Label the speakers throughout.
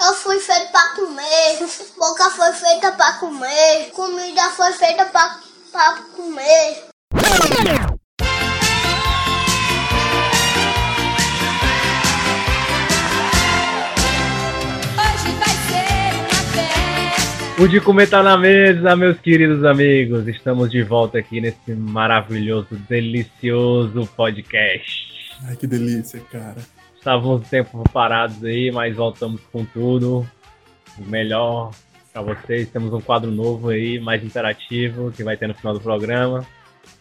Speaker 1: Eu fui feito pra comer, boca foi feita pra comer, comida foi feita pra, pra comer.
Speaker 2: Hoje vai ser uma festa.
Speaker 3: O de comer tá na mesa, meus queridos amigos. Estamos de volta aqui nesse maravilhoso, delicioso podcast.
Speaker 4: Ai, que delícia, cara.
Speaker 3: Estávamos um tempo parados aí, mas voltamos com tudo. O melhor pra vocês. Temos um quadro novo aí, mais interativo, que vai ter no final do programa.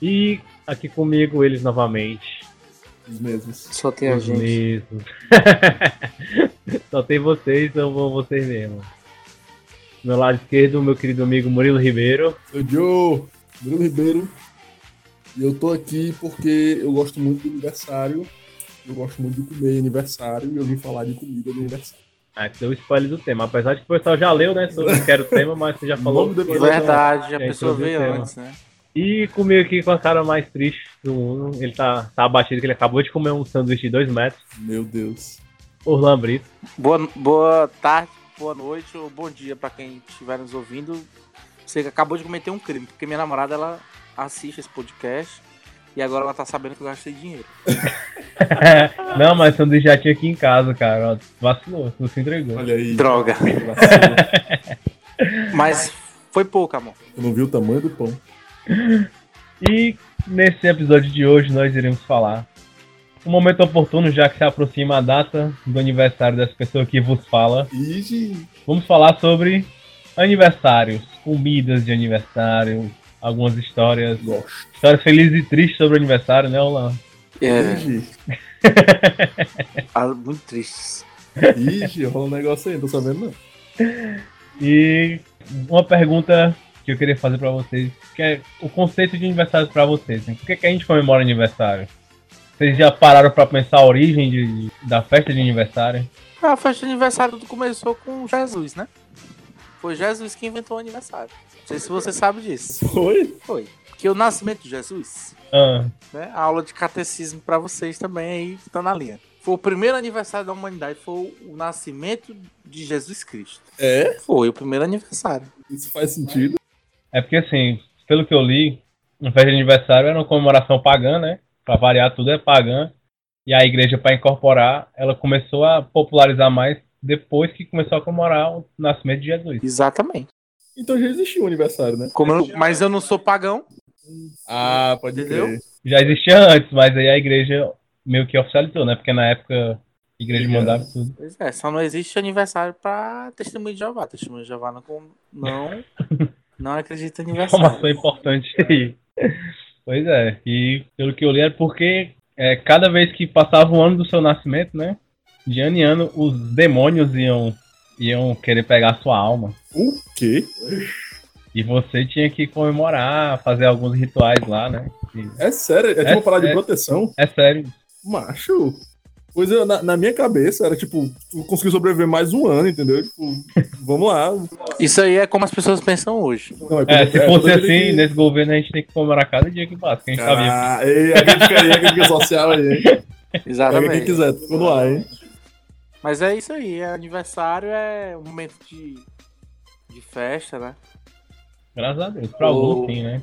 Speaker 3: E aqui comigo, eles novamente.
Speaker 4: Os mesmos.
Speaker 5: Só tem a
Speaker 3: Os
Speaker 5: gente.
Speaker 3: mesmos. Só tem vocês, eu vou vocês mesmo. Do Meu lado esquerdo, meu querido amigo Murilo Ribeiro.
Speaker 4: Sou Joe, Bruno Ribeiro. E eu tô aqui porque eu gosto muito de aniversário. Eu gosto muito de comer aniversário e eu vim falar de comida no aniversário.
Speaker 3: Ah, que deu o spoiler do tema. Apesar de que o pessoal já leu, né? Sobre o que era o tema, mas você já falou.
Speaker 4: Vamos depois.
Speaker 3: coisa.
Speaker 5: Verdade, a
Speaker 3: É,
Speaker 5: pessoa
Speaker 3: inclusive
Speaker 5: veio
Speaker 3: o tema.
Speaker 5: antes, né?
Speaker 3: E comigo aqui com a cara mais triste do mundo. Ele tá, tá abatido, que ele acabou de comer um sanduíche de 2 metros.
Speaker 4: Meu Deus.
Speaker 3: Orlan Brito.
Speaker 5: Boa, boa tarde, boa noite ou bom dia pra quem estiver nos ouvindo. Você acabou de cometer um crime, porque minha namorada ela assiste esse podcast e agora ela tá sabendo que eu gastei dinheiro.
Speaker 3: Não, mas o sanduíche já tinha aqui em casa, cara. Ó, Vacilou, não se entregou.
Speaker 4: Olha aí.
Speaker 5: Droga.
Speaker 4: Vacilo.
Speaker 5: Mas foi pouco, amor.
Speaker 4: Eu não vi o tamanho do pão.
Speaker 3: E nesse episódio de hoje nós iremos falar um momento oportuno, já que se aproxima a data do aniversário dessa pessoa que vos fala.
Speaker 4: E de
Speaker 3: Vamos falar sobre aniversários, comidas de aniversário, algumas histórias,
Speaker 4: gosto.
Speaker 3: histórias felizes e tristes sobre o aniversário, né, Olá?
Speaker 5: É,
Speaker 4: Ige.
Speaker 5: ah, muito triste.
Speaker 4: Ige, rola um negócio aí, não tô sabendo não.
Speaker 3: E uma pergunta que eu queria fazer pra vocês, que é o conceito de aniversário pra vocês. Né? Por que, que a gente comemora aniversário? Vocês já pararam pra pensar a origem de- de- da festa de aniversário?
Speaker 5: A festa de Ah, aniversário tudo começou com Jesus, né? Foi Jesus que inventou o aniversário. Não sei se você sabe disso.
Speaker 4: Foi?
Speaker 5: Foi. Que é o nascimento de Jesus
Speaker 3: Ah,
Speaker 5: né? A aula de catecismo pra vocês também aí que tá na linha. Foi o primeiro aniversário da humanidade, foi o nascimento de Jesus Cristo.
Speaker 4: É?
Speaker 5: Foi o primeiro aniversário.
Speaker 4: Isso faz sentido?
Speaker 3: é porque assim, pelo que eu li, uma festa de aniversário era uma comemoração pagã, né? Pra variar tudo é pagã. E a igreja, pra incorporar, ela começou a popularizar mais depois que começou a comemorar o nascimento de Jesus.
Speaker 5: Exatamente.
Speaker 4: Então já existiu um aniversário, né?
Speaker 5: Como eu- mas eu não sou pagão.
Speaker 4: Ah, pode
Speaker 5: Entendeu?
Speaker 4: crer.
Speaker 3: Já existia antes, mas aí a igreja meio que oficializou, né? Porque na época a igreja
Speaker 4: Obrigado.
Speaker 3: mandava tudo.
Speaker 5: Pois é, só não existe aniversário pra testemunho de Jeová. Testemunho de Jeová não com- não, não acredita em
Speaker 3: informação
Speaker 5: aniversário.
Speaker 3: importante aí. Pois é, e pelo que eu li era porque é, cada vez que passava o ano do seu nascimento, né? De ano em ano, os demônios iam, iam querer pegar sua alma.
Speaker 4: O quê?
Speaker 3: E você tinha que comemorar, fazer alguns rituais lá, né? E-
Speaker 4: É sério? É
Speaker 3: É
Speaker 4: tipo uma parada de
Speaker 3: sério.
Speaker 4: proteção?
Speaker 3: é sério.
Speaker 4: Macho. Pois eu, na, na minha cabeça era tipo, tu conseguiu sobreviver mais um ano, entendeu? Tipo, vamos lá.
Speaker 5: Isso aí é como as pessoas pensam hoje.
Speaker 4: Não, quando-
Speaker 3: É, se
Speaker 4: é,
Speaker 3: fosse
Speaker 4: quando
Speaker 3: assim,
Speaker 4: ele que-
Speaker 3: nesse governo a gente tem que comemorar cada dia que passa, que a gente tá vivo.
Speaker 4: Ah, ei, a crítica aí, a crítica social aí, hein? Pega quem
Speaker 5: Exatamente.
Speaker 4: quiser, ficou no ar, hein?
Speaker 5: Mas é isso aí, é aniversário é um momento de, de festa, né?
Speaker 3: Graças a Deus, pra
Speaker 5: O-
Speaker 3: alguns sim, né?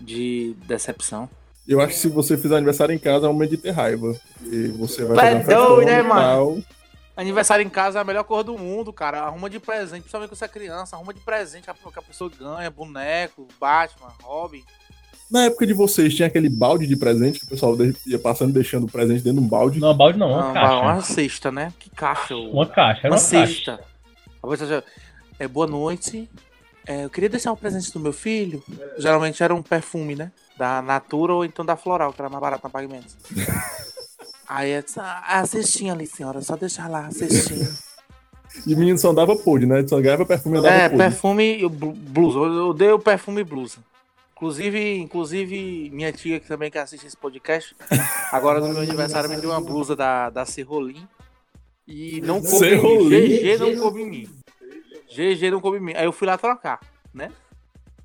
Speaker 5: De decepção.
Speaker 4: Eu acho que se você fizer aniversário em casa é um momento de ter raiva. E você vai
Speaker 5: Vai
Speaker 4: fazer uma festa
Speaker 5: doido, né,
Speaker 4: e tal.
Speaker 5: Aniversário em casa é a melhor coisa do mundo, cara. Arruma de presente, principalmente quando você é criança, arruma de presente que a que a pessoa ganha, boneco, Batman, Robin.
Speaker 4: Na época de vocês, tinha aquele balde de presente que o pessoal de- ia passando deixando o presente dentro de um balde.
Speaker 3: Não, balde não, uma
Speaker 5: Não,
Speaker 3: caixa.
Speaker 5: Uma cesta, né? Que caixa? ô?
Speaker 3: Uma caixa, era
Speaker 5: Uma
Speaker 3: uma caixa.
Speaker 5: cesta. A pessoa já- É boa noite. É, eu queria deixar um presente do meu filho. Geralmente era um perfume, né? Da Natura ou então da Floral, que era mais barato na pagamento. Aí é a cestinha ali, senhora, só deixar lá a cestinha.
Speaker 4: E o menino só andava pod, né? Só ganhava perfume e andava
Speaker 5: É,
Speaker 4: pod.
Speaker 5: perfume e blu- blusa. Eu odeio perfume e blusa. Inclusive, inclusive, minha tia que também que assiste esse podcast, agora no meu aniversário me deu uma blusa da, da Cerrolim. E não coube em mim.
Speaker 4: Cerrolim?
Speaker 5: GG não coube em mim. GG não coube em mim. Aí eu fui lá trocar, né?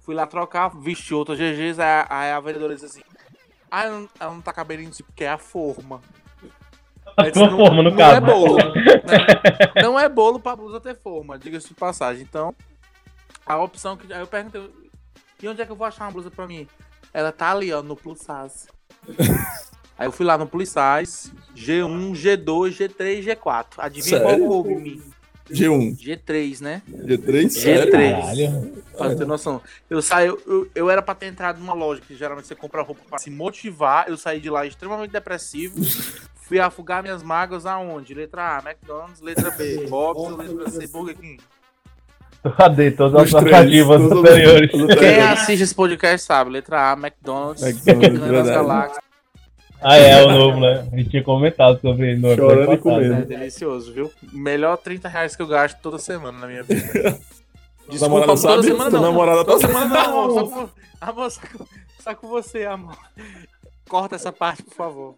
Speaker 5: Fui lá trocar, vesti outra GGs, aí, a- aí a vendedora disse assim, ah, ela não, ela não tá cabelinho assim, porque é a forma. Aí disse,
Speaker 3: Uma forma, no
Speaker 5: não
Speaker 3: caso.
Speaker 5: é bolo. né? Não é bolo pra blusa ter forma, diga-se de passagem. Então, a opção que. Aí eu perguntei, e onde é que eu vou achar uma blusa pra mim? Ela tá ali, ó, no Plus Size. Aí eu fui lá no Plus Size, G1, G2, G3, G4. Adivinha
Speaker 4: Sério?
Speaker 5: qual coube em mim?
Speaker 4: G1,
Speaker 5: G3, né?
Speaker 4: G3,
Speaker 5: G3.
Speaker 4: um, sério?
Speaker 3: Caralho.
Speaker 5: Pra
Speaker 4: É.
Speaker 5: ter noção. Eu saí, eu, eu era pra ter entrado numa loja, que geralmente você compra roupa pra se motivar. Eu saí de lá extremamente depressivo. Fui afogar minhas mágoas aonde? Letra A, McDonald's, letra B, Bob's, letra C, Burger King.
Speaker 3: Cadê todas as
Speaker 4: Os três,
Speaker 3: tratativas
Speaker 4: todos os-
Speaker 3: superiores?
Speaker 4: todos os
Speaker 5: Quem é
Speaker 4: três.
Speaker 5: assiste esse podcast sabe, letra A, McDonald's,
Speaker 4: É. McDonald's,
Speaker 5: Guardiões das
Speaker 4: verdade.
Speaker 5: Galáxias.
Speaker 3: Ah, é, o novo, né? A gente tinha comentado sobre ele no
Speaker 4: Chorando
Speaker 3: episódio
Speaker 4: e com
Speaker 3: passado.
Speaker 4: medo.
Speaker 5: É delicioso, viu? Melhor 30 reais que eu gasto toda semana na minha vida.
Speaker 4: namorada
Speaker 5: toda
Speaker 4: sabe?
Speaker 5: semana
Speaker 4: Tua
Speaker 5: não.
Speaker 4: namorada
Speaker 5: Toda
Speaker 4: tá-
Speaker 5: semana não, amor. Só com, amor, só com, só com você, amor. Corta essa parte, por favor.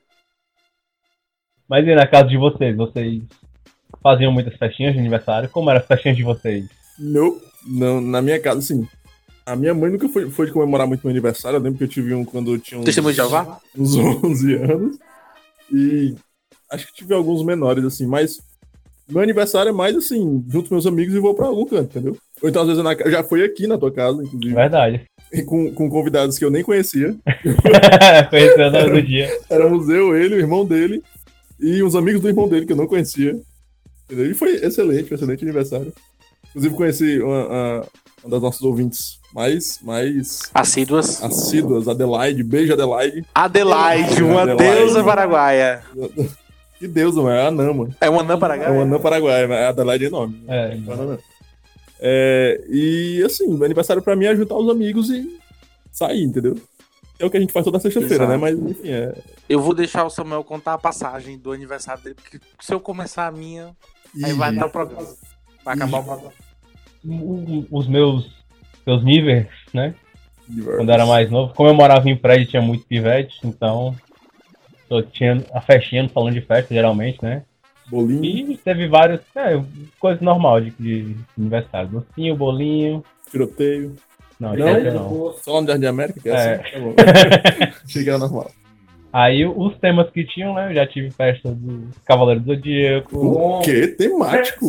Speaker 3: Mas e na casa de vocês? Vocês faziam muitas festinhas de aniversário? Como eram as festinhas de vocês?
Speaker 4: Meu, não, na minha casa, assim. A minha mãe nunca foi, foi de comemorar muito meu aniversário. Eu lembro que eu tive um quando eu tinha uns,
Speaker 5: Testemunho de Jeová?
Speaker 4: uns 11 anos. E acho que tive alguns menores, assim. Mas meu aniversário é mais assim, junto com meus amigos e vou pra algum canto, entendeu? Ou então, às vezes, eu na ca- já foi aqui na tua casa, inclusive,
Speaker 3: Verdade.
Speaker 4: e com, com convidados que eu nem conhecia.
Speaker 3: Foi esse ano do dia.
Speaker 4: Éramos eu, ele, o irmão dele e uns amigos do irmão dele que eu não conhecia. Entendeu? E foi excelente, um excelente aniversário. Inclusive, conheci uma, uma- uma das nossas ouvintes mais, mais
Speaker 5: Assíduas.
Speaker 4: assíduas, Adelaide. Beijo, Adelaide.
Speaker 5: Adelaide, uma
Speaker 4: Adelaide.
Speaker 5: deusa paraguaia.
Speaker 4: Que Deus, mano, é a Nama.
Speaker 5: É uma anã
Speaker 4: É
Speaker 5: paraguaia?
Speaker 4: uma Anã Paraguaia, mas a Adelaide é nome. né?
Speaker 3: É.
Speaker 4: Não é nome, não. É, e assim, o aniversário pra mim é juntar os amigos e sair, entendeu? É o que a gente faz toda sexta-feira,
Speaker 5: Exato.
Speaker 4: né? Mas enfim, é.
Speaker 5: Eu vou deixar o Samuel contar a passagem do aniversário dele, porque se eu começar a minha, aí vai dar o programa. Vai acabar o programa.
Speaker 3: O- o- Os meus, meus níveis, né?
Speaker 4: Ih,
Speaker 3: Quando era mais novo. Como eu morava em prédio, tinha muito pivete, então. Só tinha a festinha no salão de festa, geralmente, né?
Speaker 4: Bolinho,
Speaker 3: E teve vários. É, coisa normal de, de aniversário. Docinho, bolinho.
Speaker 4: tiroteio.
Speaker 3: Não,
Speaker 4: Não?
Speaker 3: não. não.
Speaker 4: Só lá no Jardim América, que é,
Speaker 3: É.
Speaker 4: assim. Tá bom. Achei que era normal.
Speaker 3: Aí os temas que tinham, né? Eu já tive festa do Cavaleiro do Zodíaco,
Speaker 4: O quê? Temático?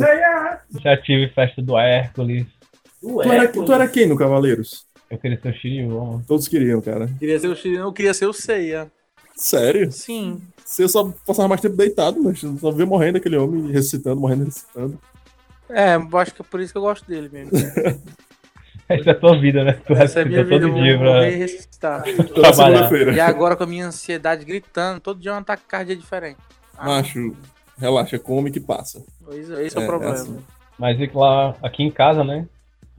Speaker 3: já tive festa do Hércules.
Speaker 4: Tu era, tu era quem no Cavaleiros?
Speaker 3: Eu queria ser o Shiryu.
Speaker 4: Todos queriam, cara.
Speaker 5: Queria ser o Chirino, eu queria ser o Ceia.
Speaker 4: Sério?
Speaker 5: Sim.
Speaker 4: Você só passava mais tempo deitado, mas só via morrendo aquele homem, ressuscitando, morrendo, ressuscitando.
Speaker 5: É, eu acho que é por isso que eu gosto dele mesmo.
Speaker 3: Essa é a tua vida, né? Tu
Speaker 5: Essa é a minha
Speaker 3: ressuscita
Speaker 5: vida, eu
Speaker 3: todo
Speaker 5: vou
Speaker 3: dia
Speaker 5: morrer e
Speaker 3: pra
Speaker 5: ressuscitar.
Speaker 4: Toda
Speaker 3: trabalhar.
Speaker 5: E
Speaker 4: segunda-feira.
Speaker 5: agora com a minha ansiedade gritando, todo dia é um ataque cardíaco diferente. Ah,
Speaker 4: Macho, relaxa, come que passa.
Speaker 5: esse esse é,
Speaker 4: É,
Speaker 5: o problema.
Speaker 4: é assim.
Speaker 3: Mas e que lá, aqui em casa, né?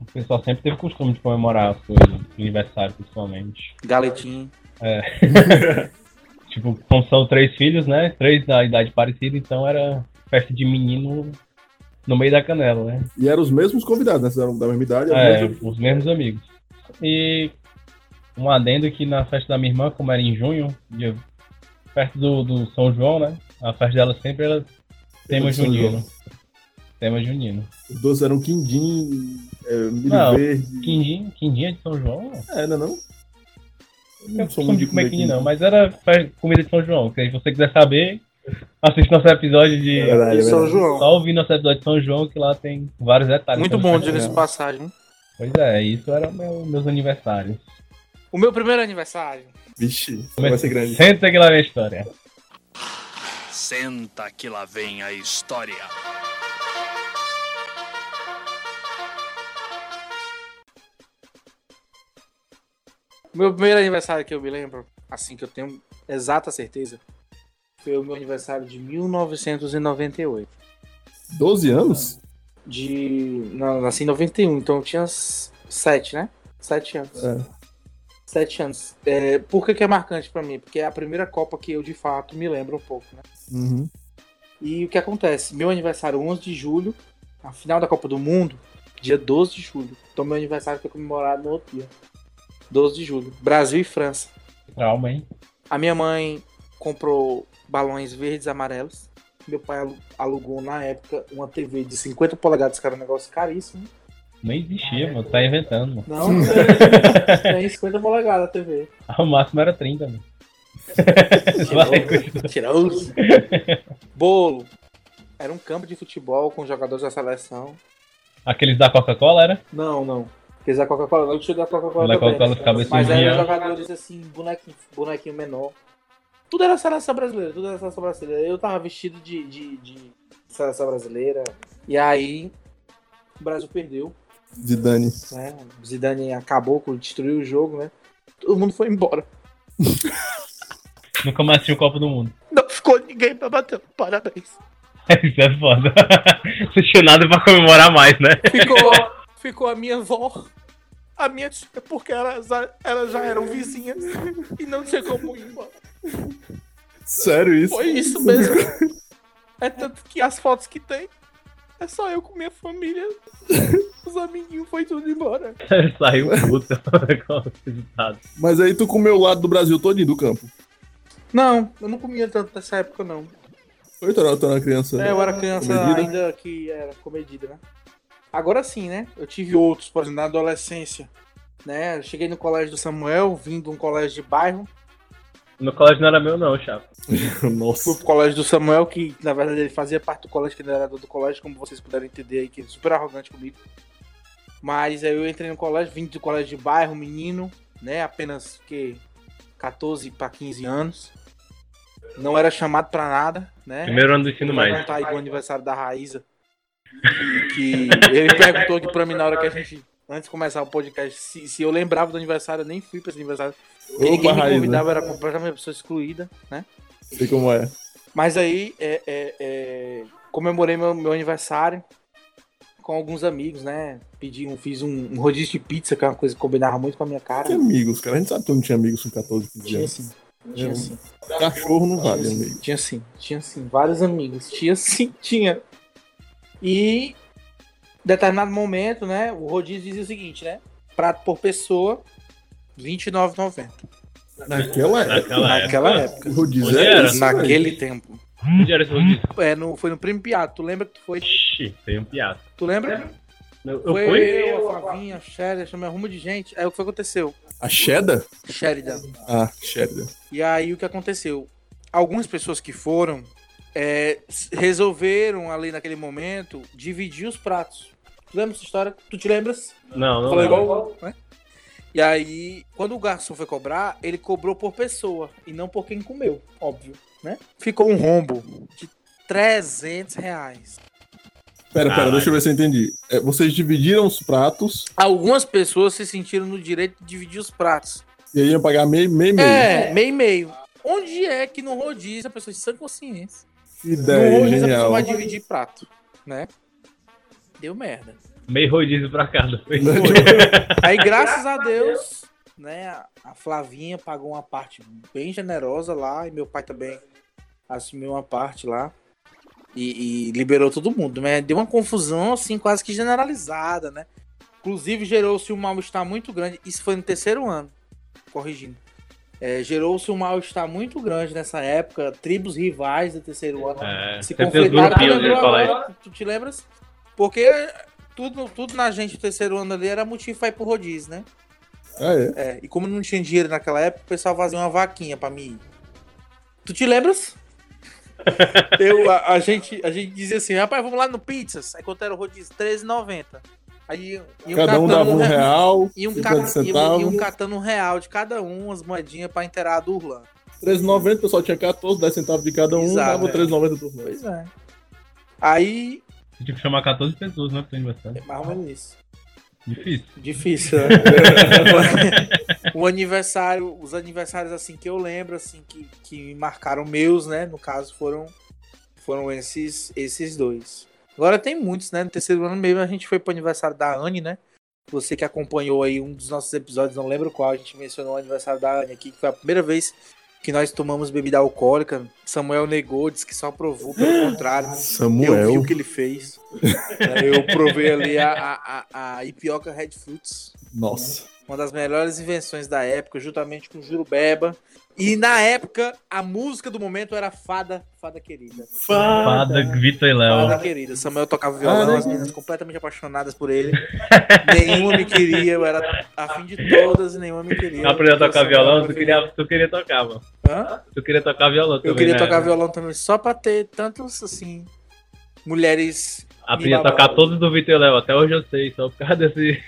Speaker 3: O pessoal sempre teve costume de comemorar as coisas, aniversário principalmente.
Speaker 5: Galetinho.
Speaker 3: Tipo, como são três filhos, né? Três da idade parecida, então era festa de menino no meio da canela, né?
Speaker 4: E eram os mesmos convidados, né? Vocês eram da mesma idade.
Speaker 3: É,
Speaker 4: alguns-
Speaker 3: os mesmos amigos. E um adendo que na festa da minha irmã, como era em junho, dia- perto do, do São João, né? A festa dela sempre era tema
Speaker 4: do São
Speaker 3: junino. Tema junino.
Speaker 4: Os dois eram quindim, é, milho
Speaker 3: Não.
Speaker 4: verde.
Speaker 3: Quindim, quindim é de São João?
Speaker 4: É, não é não? Eu
Speaker 3: Eu
Speaker 4: não
Speaker 3: não costumo de comer quindim, não, mas era fe- comida de São João. Se você quiser saber, assiste nosso episódio de.
Speaker 4: É verdade, é
Speaker 5: São
Speaker 4: verdade.
Speaker 5: João.
Speaker 3: Só ouvir nosso episódio de São João, que lá tem vários detalhes.
Speaker 5: Muito
Speaker 3: sobre
Speaker 5: bom,
Speaker 3: festa.
Speaker 5: diga-se de passagem.
Speaker 3: Pois é, isso era meu, meus aniversários.
Speaker 5: O meu primeiro aniversário
Speaker 4: Vixe, vai ser grande.
Speaker 3: Senta que lá vem a história.
Speaker 6: Senta que lá vem a história.
Speaker 5: Meu primeiro aniversário que eu me lembro, assim que eu tenho exata certeza, foi o meu aniversário de 1998.
Speaker 4: 12 anos?
Speaker 5: De. Não, eu nasci em 91, então eu tinha 7, né? 7 anos.
Speaker 4: É.
Speaker 5: 7 anos. É, por que, que é marcante pra mim? Porque é a primeira Copa que eu de fato me lembro um pouco, né?
Speaker 4: Uhum.
Speaker 5: E o que acontece? Meu aniversário 11 de julho, a final da Copa do Mundo, dia 12 de julho. Então meu aniversário foi comemorado no outro dia. 12 de julho. Brasil e França.
Speaker 3: Trauma, hein?
Speaker 5: A minha mãe comprou balões verdes e amarelos. Meu pai alu- alugou na época uma TV de 50 polegadas, que era um negócio caríssimo.
Speaker 3: Nem existia, mano. Tá inventando, mano.
Speaker 5: Não, tem 50 polegadas a TV.
Speaker 3: O máximo era 30, mano. Vai, continua.
Speaker 5: Mentiroso. Bolo. Era um campo de futebol com jogadores da seleção.
Speaker 3: Aqueles da Coca-Cola, era?
Speaker 5: Não, não. Quer dizer, a Coca-Cola, não tinha da Coca-Cola
Speaker 3: Da
Speaker 5: também.
Speaker 3: Coca-Cola assim ficava
Speaker 5: Mas eram
Speaker 3: surgindo.
Speaker 5: jogadores assim, bonequinho, bonequinho menor. Tudo era seleção brasileira, tudo era seleção brasileira. Eu tava vestido de, de, de seleção brasileira. E aí, o Brasil perdeu,
Speaker 4: De Dani.
Speaker 5: né? O Zidane acabou, com- destruiu o jogo, né? Todo mundo foi embora.
Speaker 3: Nunca mais tinha o Copa do Mundo.
Speaker 5: Não ficou ninguém pra bater. Parabéns.
Speaker 3: Isso é foda. Não tinha nada pra comemorar mais, né?
Speaker 5: Ficou, ficou a minha avó, a minha tia, porque elas, elas já eram vizinhas e não tinha como ir embora.
Speaker 4: Sério isso?
Speaker 5: Foi isso mesmo. É tanto que as fotos que tem é só eu com minha família. Os amiguinhos foi tudo embora.
Speaker 3: Saiu puta com o resultado.
Speaker 4: Mas aí tu comeu o lado do Brasil todinho do campo.
Speaker 5: Não, eu não comia tanto nessa época, não.
Speaker 4: Foi tu era tu era criança? né?
Speaker 5: É, eu era criança
Speaker 4: Comedida.
Speaker 5: ainda que era comedida, né? Agora sim, né? Eu tive outros, por exemplo, na adolescência. Né? Eu cheguei no colégio do Samuel, vim de um colégio de bairro.
Speaker 3: No colégio não era meu, não, chapa.
Speaker 5: Fui
Speaker 4: Nossa.
Speaker 5: pro colégio do Samuel, que na verdade ele fazia parte do colégio, que ele era do colégio, como vocês puderam entender aí, que ele é super arrogante comigo. Mas aí eu entrei no colégio, vim do colégio de bairro, menino, né? Apenas que 14 pra 15 anos. Não era chamado pra nada, né?
Speaker 3: Primeiro ano do ensino
Speaker 5: Vou
Speaker 3: médio.
Speaker 5: contar aí do aniversário da Raíza. Que ele perguntou aqui pra mim na hora que a gente. Antes de começar o podcast, se, se eu lembrava do aniversário, eu nem fui pra esse aniversário. Porque
Speaker 4: Opa,
Speaker 5: ninguém me
Speaker 4: Raíza.
Speaker 5: convidava, era completamente uma pessoa excluída, né?
Speaker 4: né? Sei como é.
Speaker 5: Mas aí é, é, é, comemorei meu, meu aniversário com alguns amigos, né? Pedi um, fiz um, um rodízio de pizza, que é uma coisa que combinava muito com a minha cara.
Speaker 4: Que amigos, cara. A gente sabe que tu não tinha amigos com 14, 15
Speaker 5: Tinha
Speaker 4: anos.
Speaker 5: sim, tinha sim,
Speaker 4: Cachorro não
Speaker 5: tinha
Speaker 4: vale,
Speaker 5: sim,
Speaker 4: amigo.
Speaker 5: tinha sim, tinha sim, vários amigos, tinha sim, tinha. E em determinado momento, né? O rodízio dizia o seguinte, né? Prato por pessoa, R$29,90.
Speaker 4: Naquela época.
Speaker 3: Naquela época.
Speaker 5: Naquela época.
Speaker 4: Eu vou
Speaker 3: Onde
Speaker 4: dizer
Speaker 3: era?
Speaker 4: isso, velho.
Speaker 5: Naquele tempo.
Speaker 3: Onde era esse rodízio?
Speaker 5: É, no, foi no Primo Piato, tu lembra que tu foi?
Speaker 3: Ixi, tem um piado.
Speaker 5: Tu lembra?
Speaker 3: Eu, eu
Speaker 5: Foi
Speaker 3: fui?
Speaker 5: eu, a Flavinha, a Sheridan, chamei um rumo de gente. Aí o que foi que aconteceu?
Speaker 4: A Sheda?
Speaker 5: Sheridan.
Speaker 4: Ah, Sheda.
Speaker 5: E aí o que aconteceu? Algumas pessoas que foram é, s- resolveram ali naquele momento dividir os pratos. Tu lembra essa história? Tu te lembras?
Speaker 3: Não, não.
Speaker 5: Falou
Speaker 3: lembro.
Speaker 5: igual. né? E aí, quando o garçom foi cobrar, ele cobrou por pessoa e não por quem comeu, óbvio, né? Ficou um rombo de 300 reais.
Speaker 4: Pera, pera,
Speaker 3: Caralho.
Speaker 4: deixa eu ver se eu entendi. É, vocês dividiram os pratos
Speaker 5: Algumas pessoas se sentiram no direito de dividir os pratos.
Speaker 4: e aí iam pagar meio, meio, meio.
Speaker 5: É, meio e meio. Onde é que no rodízio a pessoa de sã consciência?
Speaker 4: Que
Speaker 5: no
Speaker 4: ideia,
Speaker 5: rodízio a pessoa
Speaker 4: genial.
Speaker 5: vai dividir prato, né? Deu merda.
Speaker 3: Meio rodízio pra cada.
Speaker 5: Aí, graças a Deus, né, a- a Flavinha pagou uma parte bem generosa lá e meu pai também assumiu uma parte lá. E, e liberou todo mundo, né? Deu uma confusão, assim, quase que generalizada, né? Inclusive, gerou-se um mal-estar muito grande. Isso foi no terceiro ano, corrigindo. É, gerou-se um mal-estar muito grande nessa época. Tribos rivais do terceiro ano
Speaker 3: É,
Speaker 5: se tá
Speaker 3: sempre tem os
Speaker 5: conflitaram. Tu,
Speaker 3: grupinhos de
Speaker 5: lembrou
Speaker 3: colégio.
Speaker 5: agora? Tu te lembras? Porque tudo, tudo na gente do terceiro ano ali era motivo pra ir pro rodízio, né?
Speaker 4: Ah, é.
Speaker 5: É, e como não tinha dinheiro naquela época, o pessoal fazia uma vaquinha pra mim. ir. Tu te lembras? Eu, a, a gente, a gente dizia assim, rapaz, vamos lá no Pizzas. Aí quanto era o rodízio? R$13,90. Aí iam
Speaker 4: Cada um dava um
Speaker 5: re-
Speaker 4: real,
Speaker 5: Iam,
Speaker 4: 50
Speaker 5: ca... iam,
Speaker 4: centavos.
Speaker 5: iam catando um real de cada um, umas moedinhas pra inteirar a do Urlan.
Speaker 4: 13,90, o pessoal tinha 14, 10 centavos de cada um,
Speaker 5: Exato,
Speaker 4: dava
Speaker 5: é.
Speaker 4: 13,90 todo mundo.
Speaker 5: Pois é. Aí,
Speaker 3: Você tinha que chamar 14 pessoas, né? Pro seu
Speaker 5: é
Speaker 3: aniversário.
Speaker 5: mais ou menos isso.
Speaker 3: Difícil.
Speaker 5: Difícil, né? o aniversário, os aniversários assim que eu lembro, assim, que, que me marcaram meus, né? No caso, foram, foram esses, esses dois. Agora tem muitos, né? No terceiro ano mesmo a gente foi pro aniversário da Anne, né? Você que acompanhou aí um dos nossos episódios, não lembro qual, a gente mencionou o aniversário da Anne aqui, que foi a primeira vez que nós tomamos bebida alcoólica. Samuel negou, disse que só provou, pelo contrário. Eu vi
Speaker 4: Samuel,
Speaker 5: o que ele fez. Eu provei ali a, a, a, a Ipioca Red Fruits,
Speaker 4: nossa.
Speaker 5: uma das melhores invenções da época, juntamente com o Jurubeba
Speaker 7: E na época, a música do momento era Fada, Fada Querida.
Speaker 3: Fada, Vitor e
Speaker 5: Ah, tá. Fada
Speaker 3: Léo.
Speaker 5: querida, Samuel tocava violão, as meninas completamente apaixonadas por ele. nenhuma me queria, eu era afim de todas e nenhuma me queria.
Speaker 3: Aprendeu a tocar
Speaker 5: Eu
Speaker 3: violão, tu
Speaker 5: preferia-
Speaker 3: queria, tu queria tocar, mano.
Speaker 5: Hã?
Speaker 3: Tu queria tocar violão também,
Speaker 5: Eu queria
Speaker 3: né?
Speaker 5: tocar violão também, só pra ter tantos, assim, mulheres
Speaker 3: Aprendi a
Speaker 5: babava.
Speaker 3: tocar todos do Vitor e Léo, até hoje eu sei, só por causa desse,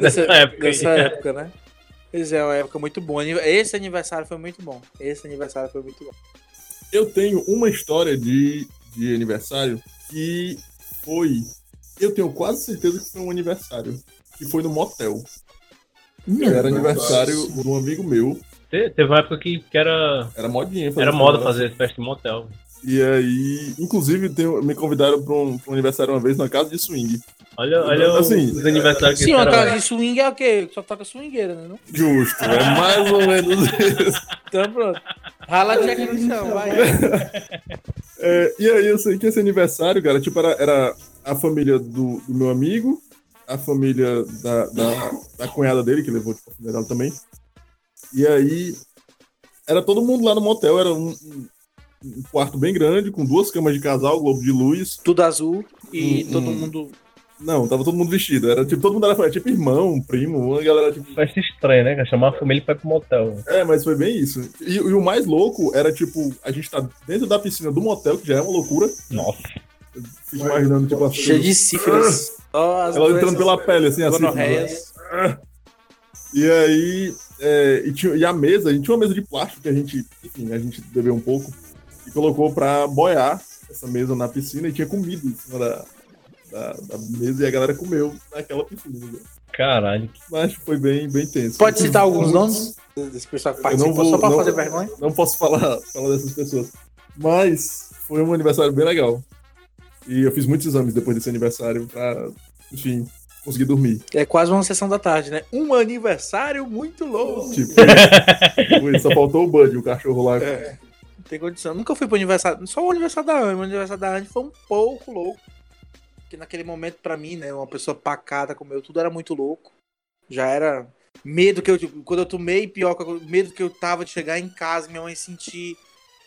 Speaker 3: dessa época. aí.
Speaker 5: dessa época, né? Pois é, uma época muito boa. Anive- Esse aniversário foi muito bom. Esse aniversário foi muito bom.
Speaker 4: Eu tenho uma história de, de aniversário que foi. Eu tenho quase certeza que foi um aniversário. Que foi no motel. Era aniversário de um amigo meu.
Speaker 3: Te- Teve uma época que, que era,
Speaker 4: Era modinha. fazer
Speaker 3: era moda
Speaker 4: aniversário.
Speaker 3: fazer festa em motel.
Speaker 4: E aí, inclusive, tem- me convidaram para um, pra um aniversário uma vez na casa de swing.
Speaker 3: Olha, olha
Speaker 4: Assim,
Speaker 3: os aniversários que
Speaker 5: Sim, uma
Speaker 3: fizeram.
Speaker 5: casa de swing é o quê? Só toca swingueira, né? Não?
Speaker 4: Justo, é mais ou menos isso.
Speaker 5: Então pronto. Rala Jack no chão, vai.
Speaker 4: É, e aí eu sei que esse aniversário, cara, tipo, era, era a família do, do meu amigo, a família da, da, da cunhada dele, que levou tipo, a família dela também. E aí era todo mundo lá no motel, era um, um- um quarto bem grande, com duas camas de casal, globo de luz.
Speaker 5: Tudo azul e
Speaker 4: Hum,
Speaker 5: todo
Speaker 4: hum.
Speaker 5: mundo.
Speaker 4: Não, tava todo mundo vestido. Era tipo, todo mundo era, tipo irmão, primo, uma galera, tipo,
Speaker 3: Festa estranha, né? cara? Chamar a família pra ir pro motel.
Speaker 4: É, mas foi bem isso. E, e o mais louco era, tipo, a gente tá dentro da piscina do motel, que já é uma loucura.
Speaker 3: Nossa.
Speaker 4: Fico imaginando, tipo, assim.
Speaker 5: Cheio de sífilis. Ó, as
Speaker 4: Ela entrando
Speaker 5: doenças
Speaker 4: pela pele, assim, assim.
Speaker 5: gonorreias.
Speaker 4: E aí. é, e, tinha- e a mesa, a gente tinha uma mesa de plástico que a gente, enfim, a gente bebeu um pouco e colocou pra boiar essa mesa na piscina e tinha comida em cima da, da- da mesa e a galera comeu naquela piscina. né?
Speaker 3: Caralho.
Speaker 4: Mas foi bem, bem tenso.
Speaker 5: Pode citar alguns nomes desse pessoal que
Speaker 4: Eu não
Speaker 5: participou
Speaker 4: vou-
Speaker 5: só pra
Speaker 4: não-
Speaker 5: fazer vergonha?
Speaker 4: não posso falar, falar dessas pessoas. Mas foi um aniversário bem legal. E eu fiz muitos exames depois desse aniversário pra, enfim, conseguir dormir.
Speaker 5: É quase uma sessão da tarde, né? Um aniversário muito louco.
Speaker 4: Tipo, isso. Tipo isso, só faltou o Bud, o cachorro lá.
Speaker 5: É. Não tem condição. Nunca fui pro aniversário. Só o aniversário da Anne. O aniversário da Anne foi um pouco louco. Porque naquele momento, pra mim, né? Uma pessoa pacata como eu, tudo era muito louco. Já era medo que eu. tipo, Quando eu tomei pioca, medo que eu tava de chegar em casa, minha mãe sentir,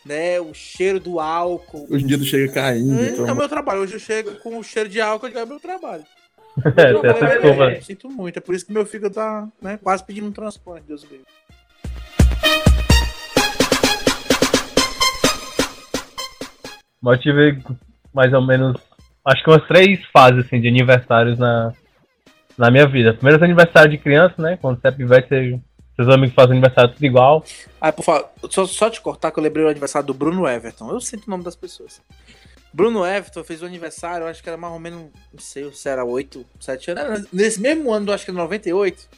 Speaker 5: né? O cheiro do álcool.
Speaker 4: Hoje em dia tu chega caindo.
Speaker 5: É,
Speaker 4: então-
Speaker 5: é o meu trabalho. Hoje eu chego com o cheiro de álcool, já é meu trabalho.
Speaker 3: É,
Speaker 5: Meu
Speaker 3: tem essa
Speaker 5: trabalho é-
Speaker 3: desculpa.
Speaker 5: é, sinto muito. É por isso que meu fígado tá né, quase pedindo um transplante, Deus me livre.
Speaker 3: Mas eu tive mais ou menos, acho que umas três fases assim, de aniversários na, na minha vida. Primeiro os aniversários de criança, né? Quando você é pivete, você- seus amigos fazem aniversário tudo igual.
Speaker 5: Ah, por favor, só, só te cortar que eu lembrei o aniversário do Bruno Everton. Eu sinto o nome das pessoas. Bruno Everton fez o aniversário, eu acho que era mais ou menos, não sei se era 8, 7 anos. Era Nesse mesmo ano, eu acho que era 98.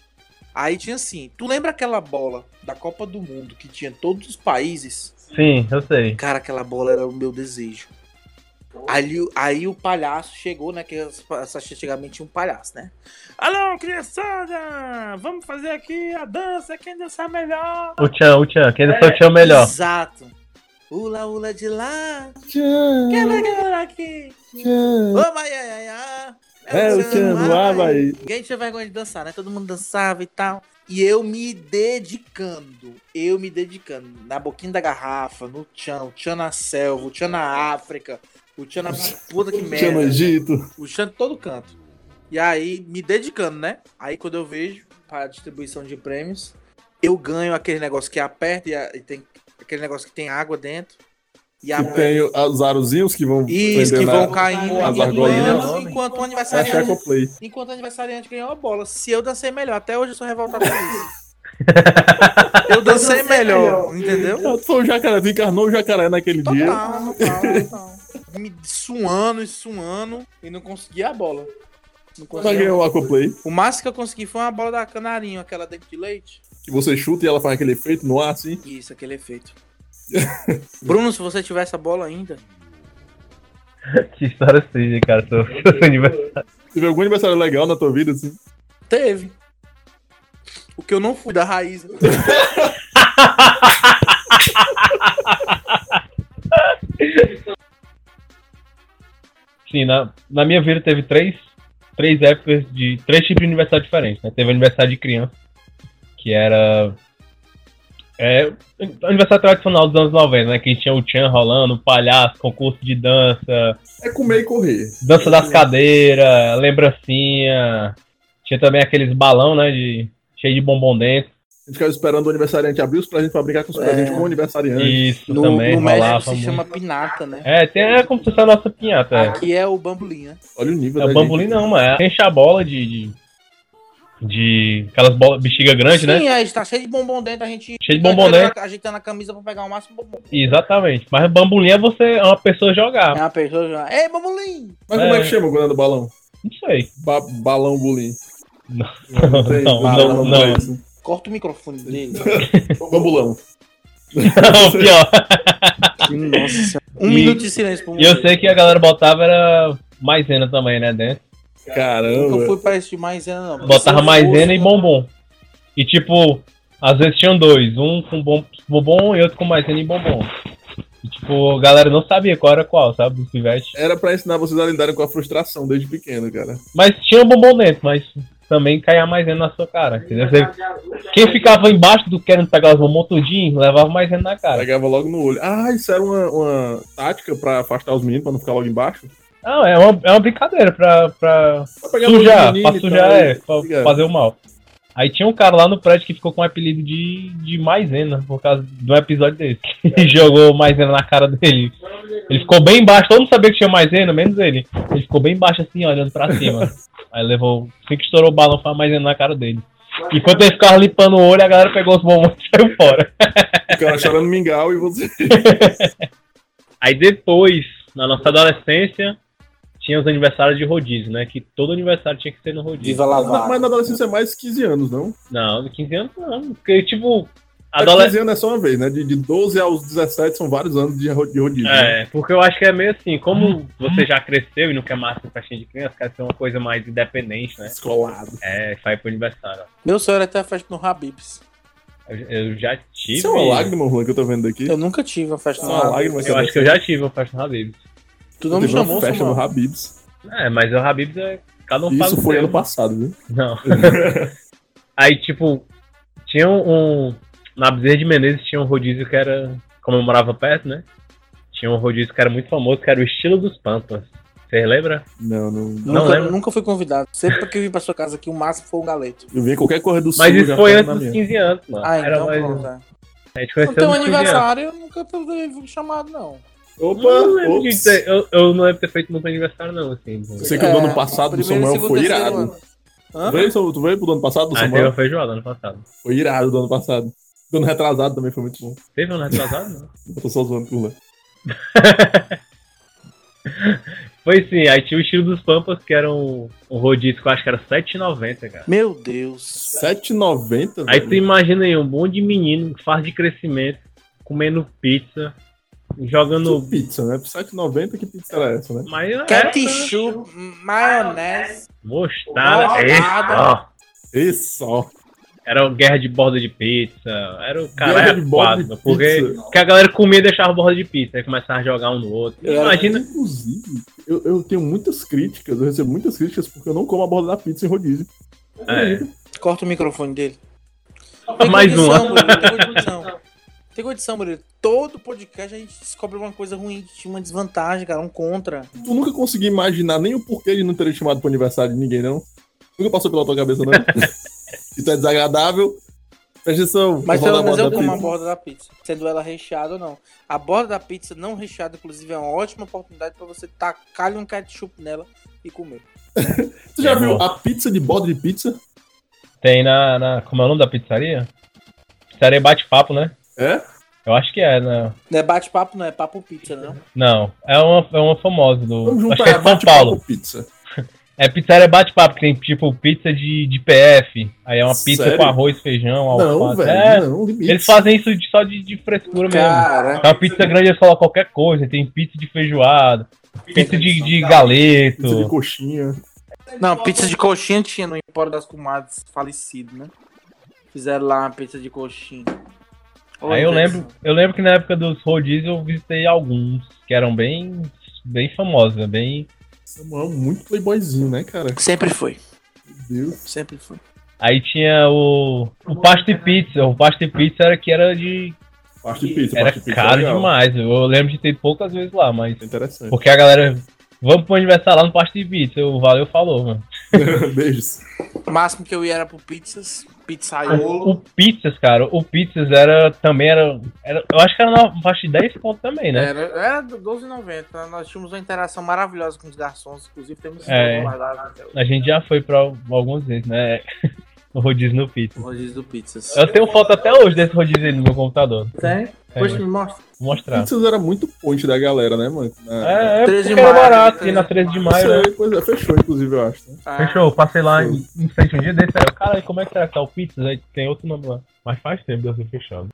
Speaker 5: Aí tinha assim, tu lembra aquela bola da Copa do Mundo que tinha todos os países?
Speaker 3: Sim, eu sei.
Speaker 5: Cara, aquela bola era o meu desejo. Ali, o- aí o palhaço chegou, né? Que as- as- antigamente tinha um palhaço, né? Alô, criançada! Vamos fazer aqui a dança, quem dançar melhor!
Speaker 3: O Tchan, o Tchan, quem é o Tchan melhor?
Speaker 5: Exato. Ula, ula de lá. Quebra, quebra aqui. Oba, ai, ai, ai.
Speaker 4: É, o Tchan, do Havaí.
Speaker 5: Ninguém tinha vergonha de dançar, né? Todo mundo dançava e tal. E eu me dedicando, eu me dedicando. Na boquinha da garrafa, no Tchan, o Tchan na selva, o Tchan na África, o Tchan na puta que merda.
Speaker 4: Tinha no Egito.
Speaker 5: O chão de todo canto. E aí, me dedicando, né? Aí quando eu vejo a distribuição de prêmios, eu ganho aquele negócio que aperta e, a- e tem aquele negócio que tem água dentro. E
Speaker 4: E
Speaker 5: a
Speaker 4: tem os arozinhos que vão
Speaker 5: Isso, que
Speaker 4: prender
Speaker 5: vão
Speaker 4: na-
Speaker 5: caindo
Speaker 4: as
Speaker 5: em
Speaker 4: argolinhas.
Speaker 5: anos, enquanto o
Speaker 4: na
Speaker 5: aniversariante,
Speaker 4: Checo Play.
Speaker 5: enquanto o aniversariante ganhou a bola. Se eu dancei melhor, até hoje eu sou revoltado com isso. Eu dancei melhor, entendeu?
Speaker 4: Foi o jacaré, tu encarnou o jacaré naquele dia.
Speaker 5: Total, total, total. Me suando e suando e não conseguia a bola. Não
Speaker 4: Só
Speaker 5: conseguia.
Speaker 4: ganhou o Aquaplay,
Speaker 5: O máximo que eu consegui foi uma bola da canarinho, aquela dentro de leite.
Speaker 4: que você chuta e ela faz aquele efeito no ar, assim.
Speaker 5: Isso, aquele efeito. Bruno, se você tiver essa bola ainda.
Speaker 3: Que história seja, cara, seu, seu aniversário.
Speaker 4: Teve algum aniversário legal na tua vida, assim?
Speaker 5: Teve. O que eu não fui da raiz.
Speaker 3: Sim, na, na minha vida teve três, três épocas de. três tipos de aniversário diferentes, né? Teve aniversário de criança, que era É, aniversário tradicional dos anos 90, né? Que tinha o Chan rolando, o palhaço, concurso de dança,
Speaker 4: É comer e correr.
Speaker 3: dança das cadeiras, lembrancinha. Tinha também aqueles balão, né? De, cheio de bombom dentro.
Speaker 4: A gente ficava esperando o aniversariante abrir os presentes pra brincar com os
Speaker 5: É.
Speaker 4: presentes com o aniversariante.
Speaker 3: Isso
Speaker 5: No,
Speaker 3: também
Speaker 5: no México
Speaker 3: rolava
Speaker 5: se
Speaker 3: muito.
Speaker 5: chama pinata, né?
Speaker 3: É, tem, é como se fosse a nossa pinhata. é.
Speaker 5: Aqui é o bambolim, né?
Speaker 4: Olha o nível
Speaker 3: É o
Speaker 4: da
Speaker 3: bambolim
Speaker 4: gente.
Speaker 3: não, mano. É encher a bola de. de, de aquelas bolas, bexiga grande, né?
Speaker 5: Sim, aí tá cheio de bombom dentro, a gente.
Speaker 3: Cheio de bombom né? dentro.
Speaker 5: Ajeitando a camisa pra pegar o máximo bombom.
Speaker 3: Exatamente. Mas bambolim é você, é uma pessoa
Speaker 5: É
Speaker 3: jogar.
Speaker 5: uma pessoa já. Ei, bambolim!
Speaker 4: Mas como é que
Speaker 3: É.
Speaker 4: chama quando é do balão?
Speaker 3: Não sei.
Speaker 4: Ba- balão bulim.
Speaker 3: Não.
Speaker 4: Não, tem
Speaker 3: Não,
Speaker 4: balão
Speaker 3: não,
Speaker 4: pra
Speaker 3: não.
Speaker 4: isso.
Speaker 5: Corta o microfone dele.
Speaker 4: Bambulão.
Speaker 3: Não, pior.
Speaker 5: Nossa senhora. Um
Speaker 3: E-
Speaker 5: minuto de silêncio pro
Speaker 3: E eu sei que a galera botava era maisena também, né? Dentro.
Speaker 5: Nunca
Speaker 4: Caramba.
Speaker 5: fui pra esse de maisena, não.
Speaker 3: Botava
Speaker 5: Esse
Speaker 3: maisena
Speaker 5: gosto-
Speaker 3: e bombom. E tipo, às vezes tinham dois. Um com bom- bombom e outro com maisena e bombom. E tipo, a galera não sabia qual era qual, sabe? Dos pivetes.
Speaker 4: Era pra ensinar vocês a lidarem com a frustração desde pequeno, cara.
Speaker 3: Mas tinha um bombom dentro, mas também caía maisena na sua cara. Entendeu? Você- Quem ficava embaixo do querendo pegar os bombom tudinho, levava maisena na cara.
Speaker 4: Pegava logo no olho. Ah, isso era uma, uma tática pra afastar os meninos, pra não ficar logo embaixo?
Speaker 3: Não, é uma, é uma brincadeira pra, pra
Speaker 4: Pra pegar no
Speaker 3: sujar,
Speaker 4: menino
Speaker 3: pra
Speaker 4: e
Speaker 3: sujar,
Speaker 4: tal,
Speaker 3: é,
Speaker 4: tá
Speaker 3: pra
Speaker 4: ligado?
Speaker 3: fazer o mal. Aí tinha um cara lá no prédio que ficou com o apelido de, de Maisena, por causa de um episódio desse. E jogou Maisena na cara dele. Ele ficou bem embaixo, todo mundo sabia que tinha Maisena, menos ele. Ele ficou bem embaixo assim, olhando pra cima. Aí levou, assim que estourou o balão, foi a Maisena na cara dele. Enquanto ele ficava limpando o olho, a galera pegou os bombons e saiu fora.
Speaker 4: O cara chorando mingau e você.
Speaker 3: Aí depois, na nossa adolescência, tinha os aniversários de rodízio, né? Que todo aniversário tinha que ser no rodízio.
Speaker 5: Viva lá,
Speaker 4: Não, mas na adolescência é mais 15 anos, não?
Speaker 3: Não, de 15 anos não. Porque, tipo,
Speaker 4: É,
Speaker 3: adolescente.
Speaker 4: 15 anos é só uma vez, né? De, de 12 aos 17 são vários anos de, ro- de rodízio. né? Uhum.
Speaker 3: É, porque eu acho que é meio assim, como você já cresceu e não quer mais ser festinha de criança, quer ser uma coisa mais independente, né?
Speaker 4: Descolado.
Speaker 3: É, sai pro aniversário.
Speaker 5: Meu sonho era ter a festa no Habibs.
Speaker 3: Eu, eu já tive.
Speaker 4: Isso é uma lágrima, Juan, que eu tô vendo aqui.
Speaker 5: Eu nunca tive uma festa
Speaker 4: Isso é
Speaker 5: no
Speaker 4: uma
Speaker 5: Habibs.
Speaker 4: lágrima
Speaker 3: Eu acho que eu já tive uma festa no Habibs.
Speaker 5: Tu não me
Speaker 4: Teve
Speaker 5: chamou,
Speaker 4: uma festa
Speaker 5: Samuel.
Speaker 4: no Habibs.
Speaker 3: É, mas o Habibs é. Cada um
Speaker 4: E
Speaker 3: faz
Speaker 4: isso
Speaker 3: o
Speaker 4: foi
Speaker 3: seu,
Speaker 4: ano
Speaker 3: né?
Speaker 4: passado, viu?
Speaker 3: Não. Aí, tipo, tinha um. um- Na Bezerra de Menezes tinha um rodízio que era. Como eu morava perto, né? Tinha um rodízio que era muito famoso, que era o estilo dos Pampas. Vocês lembram?
Speaker 4: Não, não.
Speaker 3: Não
Speaker 5: Nunca,
Speaker 3: lembro.
Speaker 5: nunca fui convidado. Sempre que eu vim pra sua casa aqui, o máximo foi um galeto.
Speaker 4: Eu vim em qualquer corra do sul.
Speaker 3: Mas isso
Speaker 4: já
Speaker 3: foi
Speaker 4: tava
Speaker 3: antes
Speaker 4: na
Speaker 3: dos
Speaker 4: minha.
Speaker 3: 15 anos, mano.
Speaker 5: Ah, então
Speaker 3: mais- um.
Speaker 5: pronto. é.
Speaker 3: A gente conheceu
Speaker 5: No teu
Speaker 3: nos 15 anos.
Speaker 5: aniversário, eu nunca fui chamado, não.
Speaker 4: Opa!
Speaker 3: Não lembro de
Speaker 4: ops.
Speaker 3: ter- eu, eu não lembro de ter feito muito aniversário, não, assim.
Speaker 4: Eu sei que o do ano passado do
Speaker 5: É, primeiro,
Speaker 4: Samuel
Speaker 5: segundo,
Speaker 4: foi
Speaker 5: terceiro
Speaker 4: irado.
Speaker 5: ano.
Speaker 4: Tu
Speaker 5: Hã?
Speaker 4: veio, Samuel? tu veio pro do ano passado do
Speaker 3: Ah, teve
Speaker 4: Samuel?
Speaker 3: uma feijoada ano passado.
Speaker 4: Foi irado do ano passado. Do ano retrasado também foi muito bom.
Speaker 3: Teve um ano retrasado, não?
Speaker 4: Eu tô só zoando com o Léo.
Speaker 3: Foi sim, aí tinha o estilo dos Pampas, que era um, um rodízio que eu acho que era R$7,90, cara.
Speaker 5: Meu Deus.
Speaker 4: 7,90?
Speaker 3: Aí
Speaker 4: velho?
Speaker 3: tu imagina aí, um monte de menino em fase de crescimento, comendo pizza, jogando.
Speaker 4: Que pizza, né? Por 7,90 que pizza era essa, né?
Speaker 3: Mas é,
Speaker 5: Ketchup, maionese.
Speaker 3: mostarda.
Speaker 5: Mostarda.
Speaker 3: é, ó.
Speaker 4: Isso, ó.
Speaker 3: Era uma guerra de borda de pizza. Era o
Speaker 4: Guerra
Speaker 3: caralho
Speaker 4: de
Speaker 3: a
Speaker 4: borda
Speaker 3: quatro,
Speaker 4: de
Speaker 3: porque,
Speaker 4: pizza.
Speaker 3: porque a galera comia e deixava borda de pizza. Aí começava a jogar um no outro.
Speaker 5: Era-
Speaker 3: Imagina.
Speaker 4: Inclusive, eu, eu tenho muitas críticas, eu recebo muitas críticas porque eu não como a borda da pizza em rodízio.
Speaker 3: É.
Speaker 5: Corta o microfone dele.
Speaker 3: Mais um uma.
Speaker 5: condição, Murilo, Tem condição. Tem condição, Murilo. Todo podcast a gente descobre uma coisa ruim, uma desvantagem, cara, um contra.
Speaker 4: Tu Tipo, nunca consegui imaginar nem o porquê de não ter chamado pro aniversário de ninguém, não? Nunca passou pela tua cabeça, não? Então é desagradável. Presta atenção.
Speaker 5: Mas
Speaker 4: vou
Speaker 5: pelo
Speaker 4: falar
Speaker 5: menos
Speaker 4: da
Speaker 5: eu
Speaker 4: borda
Speaker 5: como
Speaker 4: da
Speaker 5: a borda da pizza, sendo ela recheada ou não. A borda da pizza não recheada, inclusive, é uma ótima oportunidade pra você tacar um ketchup nela e comer.
Speaker 4: pizza. Tu já
Speaker 3: É
Speaker 4: viu
Speaker 3: bom.
Speaker 4: a pizza de borda de pizza?
Speaker 3: Tem na, na. Como é o nome da pizzaria? Pizzaria Bate-Papo, né?
Speaker 4: É?
Speaker 3: Eu acho que é, né?
Speaker 5: Não é bate-papo, não, é papo pizza, não.
Speaker 3: Não, é uma, é uma famosa
Speaker 4: Vamos
Speaker 3: do. Acho
Speaker 4: juntar
Speaker 3: que é de São
Speaker 4: bate-papo
Speaker 3: Paulo.
Speaker 4: pizza.
Speaker 3: É pizzaria Bate-Papo, que tem tipo pizza de, de PF. Aí é uma pizza
Speaker 4: Sério?
Speaker 3: com arroz, feijão,
Speaker 4: Não,
Speaker 3: alface.
Speaker 4: velho,
Speaker 3: É,
Speaker 4: não, limite.
Speaker 3: eles fazem isso de- só de, de frescura mesmo.
Speaker 5: Cara,
Speaker 3: É uma pizza grande, eles falam qualquer coisa. Tem pizza de feijoada, pizza de, de
Speaker 4: Pizza de
Speaker 3: galeto.
Speaker 4: coxinha.
Speaker 5: não, pizza de coxinha tinha no Empório das Comadres, falecido, né? Fizeram lá uma pizza de coxinha. Ô,
Speaker 3: Aí eu
Speaker 5: Anderson,
Speaker 3: lembro, eu lembro que na época dos rodízios eu visitei alguns que eram bem, bem famosos, bem
Speaker 4: Samuel é muito playboyzinho, né, cara?
Speaker 5: Sempre foi,
Speaker 4: Meu Deus.
Speaker 5: sempre foi.
Speaker 3: Aí tinha o, o pasto e pizza. O pasto e pizza era que era de.
Speaker 4: Parte de pizza,
Speaker 3: Era
Speaker 4: parte de pizza. é
Speaker 3: caro
Speaker 4: legal.
Speaker 3: demais. Eu lembro de ter poucas vezes lá, mas.
Speaker 4: Interessante.
Speaker 3: Porque a galera. Vamos pro aniversário lá no pasto e pizza. O valeu falou, mano.
Speaker 4: Beijos.
Speaker 5: O máximo que eu ia era pro pizzas, pizzaio.
Speaker 3: Ah, O, o Pizzas, cara, o Pizzas era também era, era- Eu acho que era na faixa de 10 pontos também, né?
Speaker 5: Era, era do 12,90. Nós tínhamos uma interação maravilhosa com os garçons, inclusive temos esse
Speaker 3: É.
Speaker 5: jogo guardado até hoje.
Speaker 3: A gente já foi pra algumas vezes, né? O rodízio no Pizzas.
Speaker 5: O rodízio do pizzas.
Speaker 3: Eu tenho foto até hoje desse rodízio aí no meu computador.
Speaker 5: Tem? Tá? Depois
Speaker 3: É.
Speaker 5: me mostra.
Speaker 3: Vou mostrar.
Speaker 4: Pizzas era muito ponte da galera, né, mano? Na-
Speaker 3: Tá. É, é
Speaker 5: 13 de
Speaker 3: porque era
Speaker 5: maio,
Speaker 3: barato, e
Speaker 5: 13
Speaker 3: na 13 de
Speaker 5: de
Speaker 3: maio, né?
Speaker 4: Isso aí, pois é, fechou, inclusive, eu acho. né?
Speaker 5: Ah,
Speaker 3: Fechou, passei lá em, em frente um dia desse, aí eu, caralho, como é que será que tá o Pizzas? Aí tem outro nome lá. Mas faz tempo deu fechado.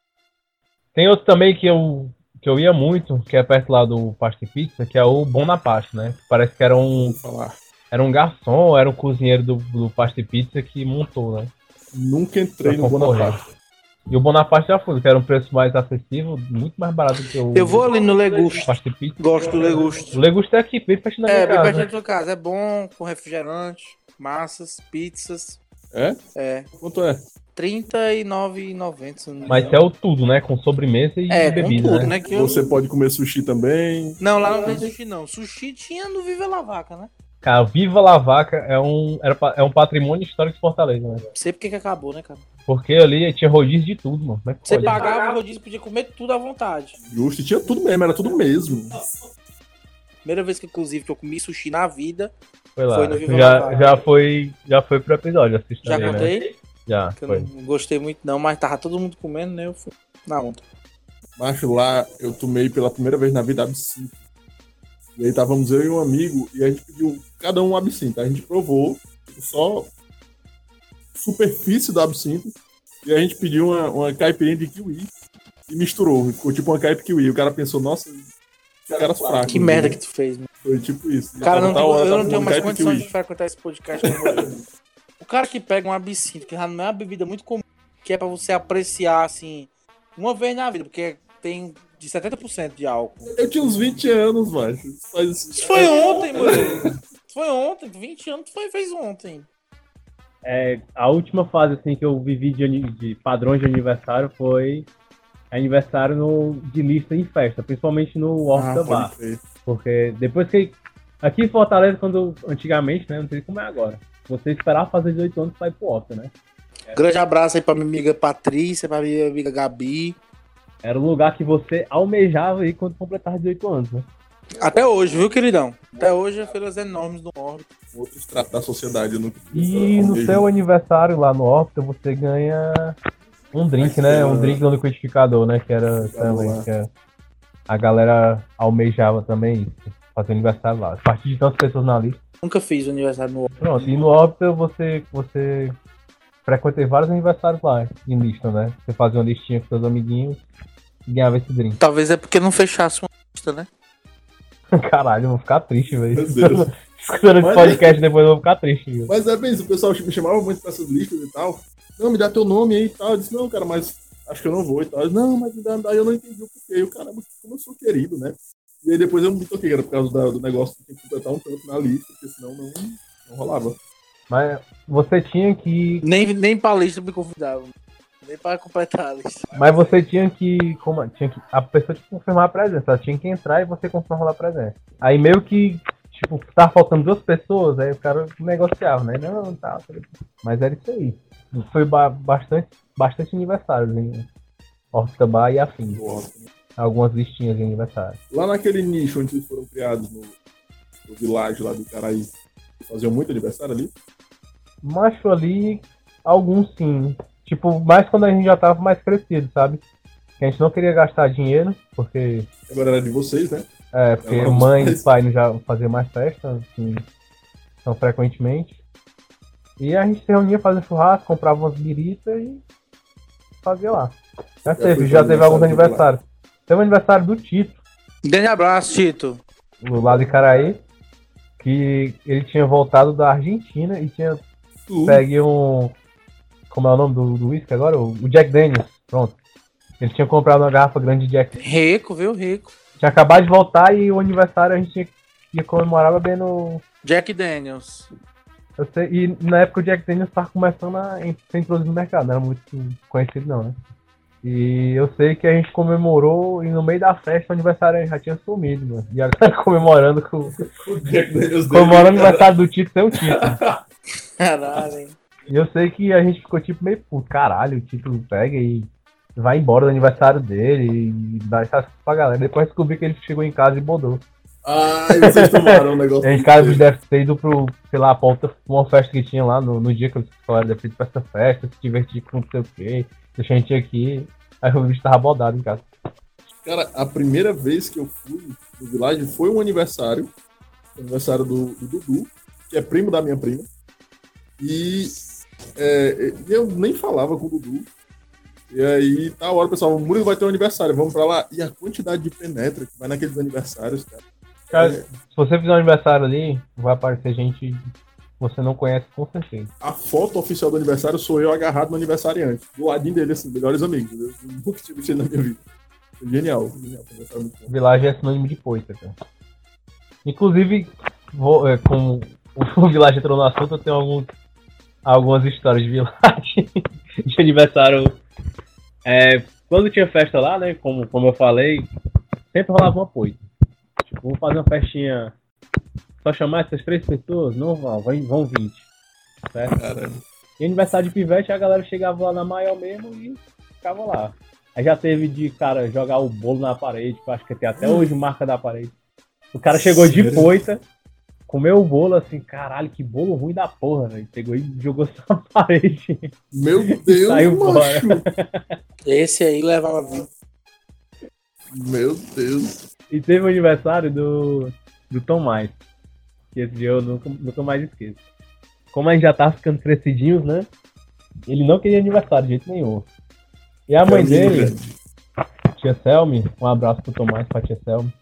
Speaker 3: Tem outro também que eu, que eu ia muito, que é perto lá do Pasta e Pizza, que é o Bom na Pasta, né? Parece que era um
Speaker 4: Vou falar.
Speaker 3: era um garçom, era um cozinheiro do, do Pasta e Pizza que montou, né?
Speaker 4: Nunca entrei
Speaker 3: Pra
Speaker 4: no
Speaker 3: concorrer.
Speaker 4: Bonaparte.
Speaker 3: E o Bonaparte já foi, que era um preço mais acessível, muito mais barato que o
Speaker 5: Eu vou ali no Legusto.
Speaker 3: Pasta e Pizza.
Speaker 5: Gosto do Legusto.
Speaker 3: O Legusta é aqui, bem pertinho da minha
Speaker 5: É, bem
Speaker 3: casa.
Speaker 5: pertinho da sua casa. É bom, com refrigerante, massas, pizzas.
Speaker 4: É?
Speaker 5: É.
Speaker 4: Quanto é?
Speaker 5: R$39,90. se eu não me
Speaker 3: Mas
Speaker 5: engano.
Speaker 3: é o tudo, né? Com sobremesa e
Speaker 5: É, com
Speaker 3: bebida,
Speaker 5: tudo,
Speaker 3: né?
Speaker 5: né? Que eu-
Speaker 4: Você pode comer sushi também.
Speaker 5: Não, lá não tem sushi, não. Sushi tinha no Viva La Vaca, né?
Speaker 3: Cara, Viva La Vaca é um, era, pa- é um patrimônio histórico de Fortaleza, né?
Speaker 5: Não sei porque que acabou, né, cara?
Speaker 3: Porque ali tinha rodízio de tudo, mano. Como é que
Speaker 5: Você
Speaker 3: pode?
Speaker 5: pagava o rodízio, podia comer tudo à vontade.
Speaker 4: Justo, e tinha tudo mesmo, era tudo mesmo.
Speaker 5: Primeira vez que, inclusive, que eu comi sushi na vida.
Speaker 3: Foi lá.
Speaker 5: foi no Viva La
Speaker 3: já,
Speaker 5: Vaca.
Speaker 3: já, foi, já foi pro episódio, assista
Speaker 5: Já
Speaker 3: ali, né?
Speaker 5: contei,
Speaker 3: Já,
Speaker 5: que eu
Speaker 3: foi.
Speaker 5: não gostei muito, não, mas tava todo mundo comendo, né? Eu fui na onda.
Speaker 4: Macho, lá eu tomei pela primeira vez na vida absinto. E aí estávamos eu e um amigo, e a gente pediu cada um um absinto. A gente provou tipo, só superfície do absinto. E a gente pediu uma, uma caipirinha de kiwi e misturou. Ficou tipo uma caipi kiwi. O cara pensou, nossa, que caras fracos. né?"
Speaker 5: Que merda que tu fez, mano.
Speaker 4: Foi tipo isso.
Speaker 5: Cara,
Speaker 4: Tava-
Speaker 5: não tá tenho-
Speaker 4: tava-
Speaker 5: eu
Speaker 4: tava
Speaker 5: não tenho
Speaker 4: um
Speaker 5: mais
Speaker 4: caipi
Speaker 5: condições de
Speaker 4: kiwi.
Speaker 5: frequentar esse podcast. com você. o cara que pega um absinto, que já não é uma bebida muito comum, que é pra você apreciar, assim, uma vez na vida, porque tem de 70% de álcool.
Speaker 4: Eu tinha uns 20 anos, macho. Faz É. isso.
Speaker 5: Isso foi ontem, mano. Isso foi ontem, 20 anos, tu foi fez ontem.
Speaker 3: É, a última fase assim que eu vivi de, ani- de padrões de aniversário foi aniversário no- de lista em festa, principalmente no Horta
Speaker 4: Ah,
Speaker 3: Bar.
Speaker 4: pode crer.
Speaker 3: Porque depois que. Aqui em Fortaleza, quando antigamente, né? Não sei como é agora. Você esperava fazer 18 anos pra ir pro Horta, né?
Speaker 5: Grande abraço aí pra minha amiga Patrícia, pra minha amiga Gabi.
Speaker 3: Era o lugar que você almejava ir quando completava 18 anos, né?
Speaker 5: Até hoje, viu, queridão? Até hoje, as feiras enormes do órbito.
Speaker 4: Outros tratar Um da sociedade. eu não queria
Speaker 3: E
Speaker 4: falar
Speaker 3: no
Speaker 4: mesmo.
Speaker 3: seu aniversário lá no Horta, você ganha um drink, né? Um drink no liquidificador, né? Que era também. Que era- A galera almejava também isso, fazer aniversário lá. A partir de tantas pessoas na lista.
Speaker 5: Nunca fiz aniversário no órbito.
Speaker 3: Pronto, e no Horta você, você frequentei vários aniversários lá em lista, né? Você fazia uma listinha com seus amiguinhos e ganhava esse drink.
Speaker 5: Talvez é porque não fechasse uma lista, né?
Speaker 3: Caralho, eu vou ficar triste, velho.
Speaker 4: Meu Deus.
Speaker 3: Escutando esse
Speaker 4: Mas-
Speaker 3: podcast depois eu vou ficar triste, viu?
Speaker 4: Mas é bem isso, o pessoal me chamava muito pra essas listas e tal. Não, me dá teu nome aí e tal. Eu disse, não, cara, mas acho que eu não vou e tal. Eu disse, não, mas me dá, me dá. E eu não entendi o porquê. E o caramba, como eu sou querido, né? E aí depois eu me toquei, que era por causa da- do negócio de completar um tanto na lista, porque senão não, não rolava.
Speaker 3: Mas você tinha que
Speaker 5: Nem, nem pra lista me convidavam. Nem pra completar a lista.
Speaker 3: Mas você tinha que, como, tinha que. A pessoa tinha que confirmar a presença. Ela tinha que entrar e você confirmava a presença. Aí meio que, tipo, tava faltando duas pessoas, aí o cara negociava, né? Não, tá. tá. Mas era isso aí. Foi ba- bastante, bastante aniversários em Horta Bar e afins. Algumas listinhas de aniversário.
Speaker 4: Lá naquele nicho onde eles foram criados, no, no vilarejo lá do Caraí, faziam muito aniversário ali.
Speaker 3: Macho ali, alguns sim. Tipo, mais quando a gente já tava mais crescido, sabe? Que a gente não queria gastar dinheiro, porque
Speaker 4: Agora era de vocês, né?
Speaker 3: É, porque
Speaker 4: Ela não
Speaker 3: mãe e
Speaker 4: faz.
Speaker 3: pai não já faziam mais festa, assim, tão frequentemente. E a gente se reunia, fazia churrasco, comprava umas biritas e fazia lá. Já,
Speaker 4: Já
Speaker 3: teve,
Speaker 4: foi
Speaker 3: já
Speaker 4: seu
Speaker 3: teve alguns
Speaker 4: aniversário
Speaker 3: aniversários. Teve o aniversário do Tito,
Speaker 5: Grande abraço, Tito.
Speaker 3: do lado de Caraí, que ele tinha voltado da Argentina e tinha
Speaker 4: Tu,
Speaker 3: pegue um. Como é o nome do do uísque agora? O o Jack Daniels. Pronto. Ele tinha comprado uma garrafa grande de Jack
Speaker 5: Rico, viu? Rico.
Speaker 3: Tinha acabado de voltar e o aniversário a gente ia comemorar bebendo
Speaker 5: Jack Daniels.
Speaker 3: Eu sei, e na época o Jack Daniels tava começando a en- ser introduzido no mercado, não era muito conhecido não, né? E eu sei que a gente comemorou e no meio da festa o aniversário já tinha sumido, mano. E agora tá comemorando com,
Speaker 4: Jack Daniels dele.
Speaker 3: comemorando o aniversário do Tito sem o título.
Speaker 5: Caralho, hein?
Speaker 3: E eu sei que a gente ficou tipo meio puto, caralho, o título pega e vai embora do aniversário dele e dá essa pra galera. Depois descobri que ele chegou em casa e bodou.
Speaker 4: Ai, vocês tomaram um negócio.
Speaker 3: Em casa ele deve ter ido pro, sei lá, pra outra- pra uma festa que tinha lá no, no dia que eu escolhi, deve ter ido pra essa festa, se divertir com não sei o quê, deixa a gente aqui. Aí o bicho tava bodado em casa.
Speaker 4: Cara, a primeira vez que eu fui no Village foi um aniversário. um Aniversário do, do Dudu, que é primo da minha prima. E é, e eu nem falava com o Dudu. E aí, tá hora, pessoal, o Murilo vai ter um aniversário, vamos pra lá. E a quantidade de penetra que vai naqueles aniversários, cara.
Speaker 3: Cara,
Speaker 4: É,
Speaker 3: se você fizer um aniversário ali, vai aparecer gente que você não conhece com certeza.
Speaker 4: a foto oficial do aniversário sou eu agarrado no aniversariante. Do ladinho dele, assim, melhores amigos. Eu nunca tive isso na minha vida. Foi Genial, genial. foi um aniversário muito bom.
Speaker 3: Village é sinônimo de coisa, cara. Inclusive, vou, é, como o Village entrou no assunto, eu tenho algum- algumas histórias de Village de aniversário. É, quando tinha festa lá, né? Como, como eu falei, sempre rolava uma coisa. Tipo, vamos fazer uma festinha. Só chamar essas três pessoas? Não vão, vão, vão 20. Certo? E aniversário de pivete, a galera chegava lá na maior mesmo e ficava lá. Aí já teve de, cara, jogar o bolo na parede, que eu acho que tem até hoje marca da parede. O cara chegou de
Speaker 4: Sério?
Speaker 3: poita, comeu o bolo assim, caralho, que bolo ruim da porra, velho. Pegou e jogou só na parede.
Speaker 4: Meu Deus,
Speaker 3: Saiu
Speaker 4: macho.
Speaker 5: Esse aí levava vida.
Speaker 4: Meu Deus.
Speaker 3: E teve o aniversário do, do Tom Mais. Que esse dia eu nunca, nunca mais esqueço. Como a gente já tava ficando crescidinhos, né? Ele não queria aniversário de jeito nenhum. E a mãe
Speaker 4: Caminho,
Speaker 3: dele,
Speaker 4: velho.
Speaker 3: tia Selmi, um abraço pro Tomás, pra tia Selmi.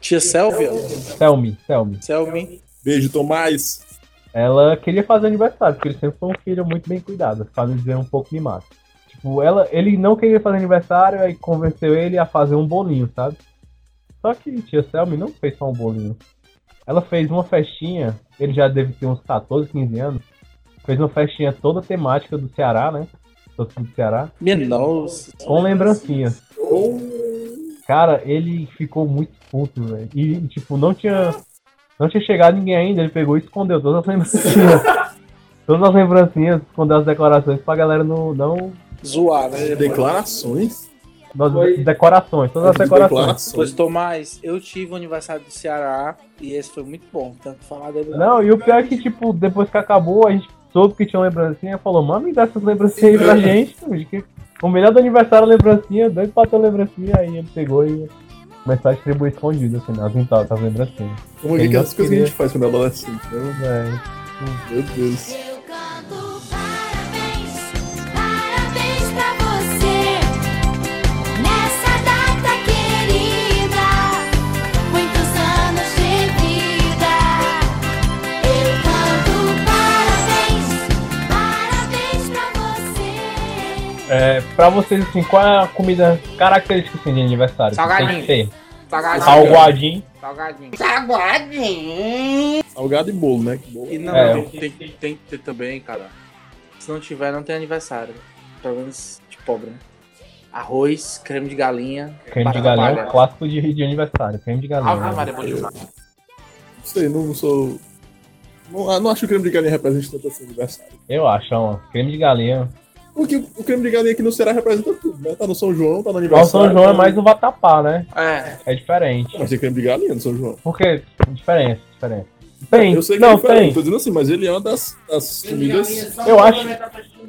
Speaker 5: Tia Selvia?
Speaker 3: Selmi, Selmi.
Speaker 5: Selmi.
Speaker 4: Beijo, Tomás.
Speaker 3: Ela queria fazer aniversário, porque ele sempre foi um filho muito bem cuidado, pra não dizer um pouco mimado. Tipo, ela, ele não queria fazer aniversário, aí convenceu ele a fazer um bolinho, sabe? Só que tia Selmy não fez só um bolinho. Ela fez uma festinha, ele já deve ter uns 14, 15 anos, fez uma festinha toda temática do Ceará, né? Todo do Ceará,
Speaker 5: Minha nossa.
Speaker 3: com lembrancinhas.
Speaker 4: Oh,
Speaker 3: um Cara, ele ficou muito puto, velho. E, tipo, não tinha. Não tinha chegado ninguém ainda, ele pegou e escondeu todas as lembrancinhas. todas as lembrancinhas, escondeu as decorações pra galera não. não
Speaker 5: Zoar, né?
Speaker 4: declarações?
Speaker 3: das decorações, todas as decorações.
Speaker 5: Pois, Tomás, eu tive o aniversário do Ceará e esse foi muito bom. Tanto falar dele.
Speaker 3: Não, e o pior é que, tipo, depois que acabou, a gente soube que tinha lembrancinha, falou, mano, me dá essas lembrancinhas aí pra gente. mano, que O melhor do aniversário é lembrancinha, dois pra ter lembrancinha, aí ele pegou e começou a distribuir escondido, assim, nas entradas, as lembrancinhas.
Speaker 4: Como é que
Speaker 3: Quem
Speaker 4: é essas coisas
Speaker 3: não
Speaker 4: que a
Speaker 3: queria?
Speaker 4: gente faz quando é adolescente, né?
Speaker 3: É.
Speaker 4: Meu Deus.
Speaker 2: Eu canto parabéns, parabéns pra você Nessa data querida, muitos anos de vida Eu canto parabéns, parabéns pra você
Speaker 3: É, pra vocês, assim, qual é a comida característica assim, de aniversário? que
Speaker 5: Salgadinho.
Speaker 3: Tem que ter.
Speaker 5: Salgadinho.
Speaker 3: Salgadinho.
Speaker 5: Salgadinho.
Speaker 4: Salgado e bolo, né? Que bolo.
Speaker 5: E não,
Speaker 3: É.
Speaker 5: tem, tem- tem- tem que ter também, cara. Se não tiver, não tem aniversário. Pelo menos de pobre, né? Arroz, creme de galinha.
Speaker 3: Creme de
Speaker 5: batata
Speaker 3: galinha é um
Speaker 5: palha.
Speaker 3: clássico de, de aniversário. Creme de galinha.
Speaker 5: Ave Maria, bom demais.
Speaker 4: Não sei, não, não sou. Não, ah, não acho que o creme de galinha represente tanto assim o aniversário.
Speaker 3: Eu acho, ó. Creme de galinha.
Speaker 4: Porque o creme de galinha aqui no Ceará representa tudo, né? Tá no São João, tá no
Speaker 3: Mas o
Speaker 4: aniversário.
Speaker 3: São João é
Speaker 4: tá-
Speaker 3: mais um vatapá, né?
Speaker 5: É,
Speaker 3: É diferente.
Speaker 4: Não, Mas tem creme de galinha no São João.
Speaker 3: Porque diferença, diferença. Tem,
Speaker 4: eu sei que é
Speaker 3: não,
Speaker 4: diferente,
Speaker 3: tem.
Speaker 4: Tô dizendo assim, mas ele é uma das, das comidas.
Speaker 3: Eu acho,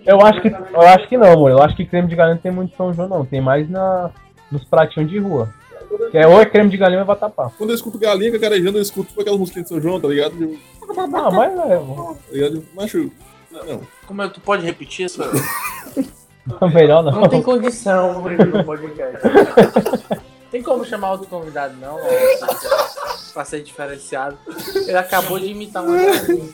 Speaker 3: eu acho que, eu acho que não, amor. Eu acho que creme de galinha não tem muito em São João, não. Tem mais na, nos pratinhos de rua. Que é ou é creme de galinha ou é vatapá.
Speaker 4: Quando eu escuto galinha cacarejando, eu escuto tipo, aquelas musiquinhas de São João, tá ligado? Eu-
Speaker 3: Ah, mas é,
Speaker 4: Tá ligado? Macho. Não.
Speaker 5: como é que tu pode repetir isso?
Speaker 3: melhor não.
Speaker 5: Não tem condição no podcast. Tem como chamar outro convidado, não? É, Pra ser diferenciado. Ele acabou de imitar uma galinha.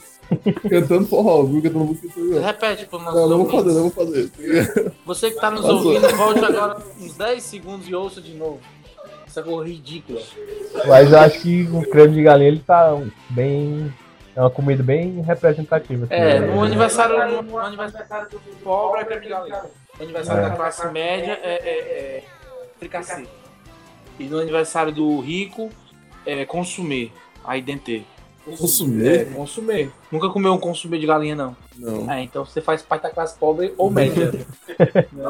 Speaker 4: Cantando forró, viu? Cantando música de São João.
Speaker 5: Repete pro nosso
Speaker 4: Não, né? não vou
Speaker 5: ouvinte.
Speaker 4: fazer, não vou fazer.
Speaker 5: Você que tá nos
Speaker 4: Passou.
Speaker 5: ouvindo, volte agora uns 10 segundos e ouça de novo. Essa coisa ridícula.
Speaker 3: um Mas eu acho que o creme de galinha ele tá um bem É uma comida bem representativa. assim,
Speaker 8: É,
Speaker 3: né?
Speaker 8: no aniversário, no, no aniversário do pobre é criminalista. No aniversário
Speaker 3: É.
Speaker 8: da classe média é, é, é fricassê. E no aniversário do rico é consumir. Aí dentê. É,
Speaker 4: Consumir?
Speaker 8: consumir. Nunca comeu um consumir de galinha, não.
Speaker 4: Não.
Speaker 8: É, então você faz parte da classe pobre ou média.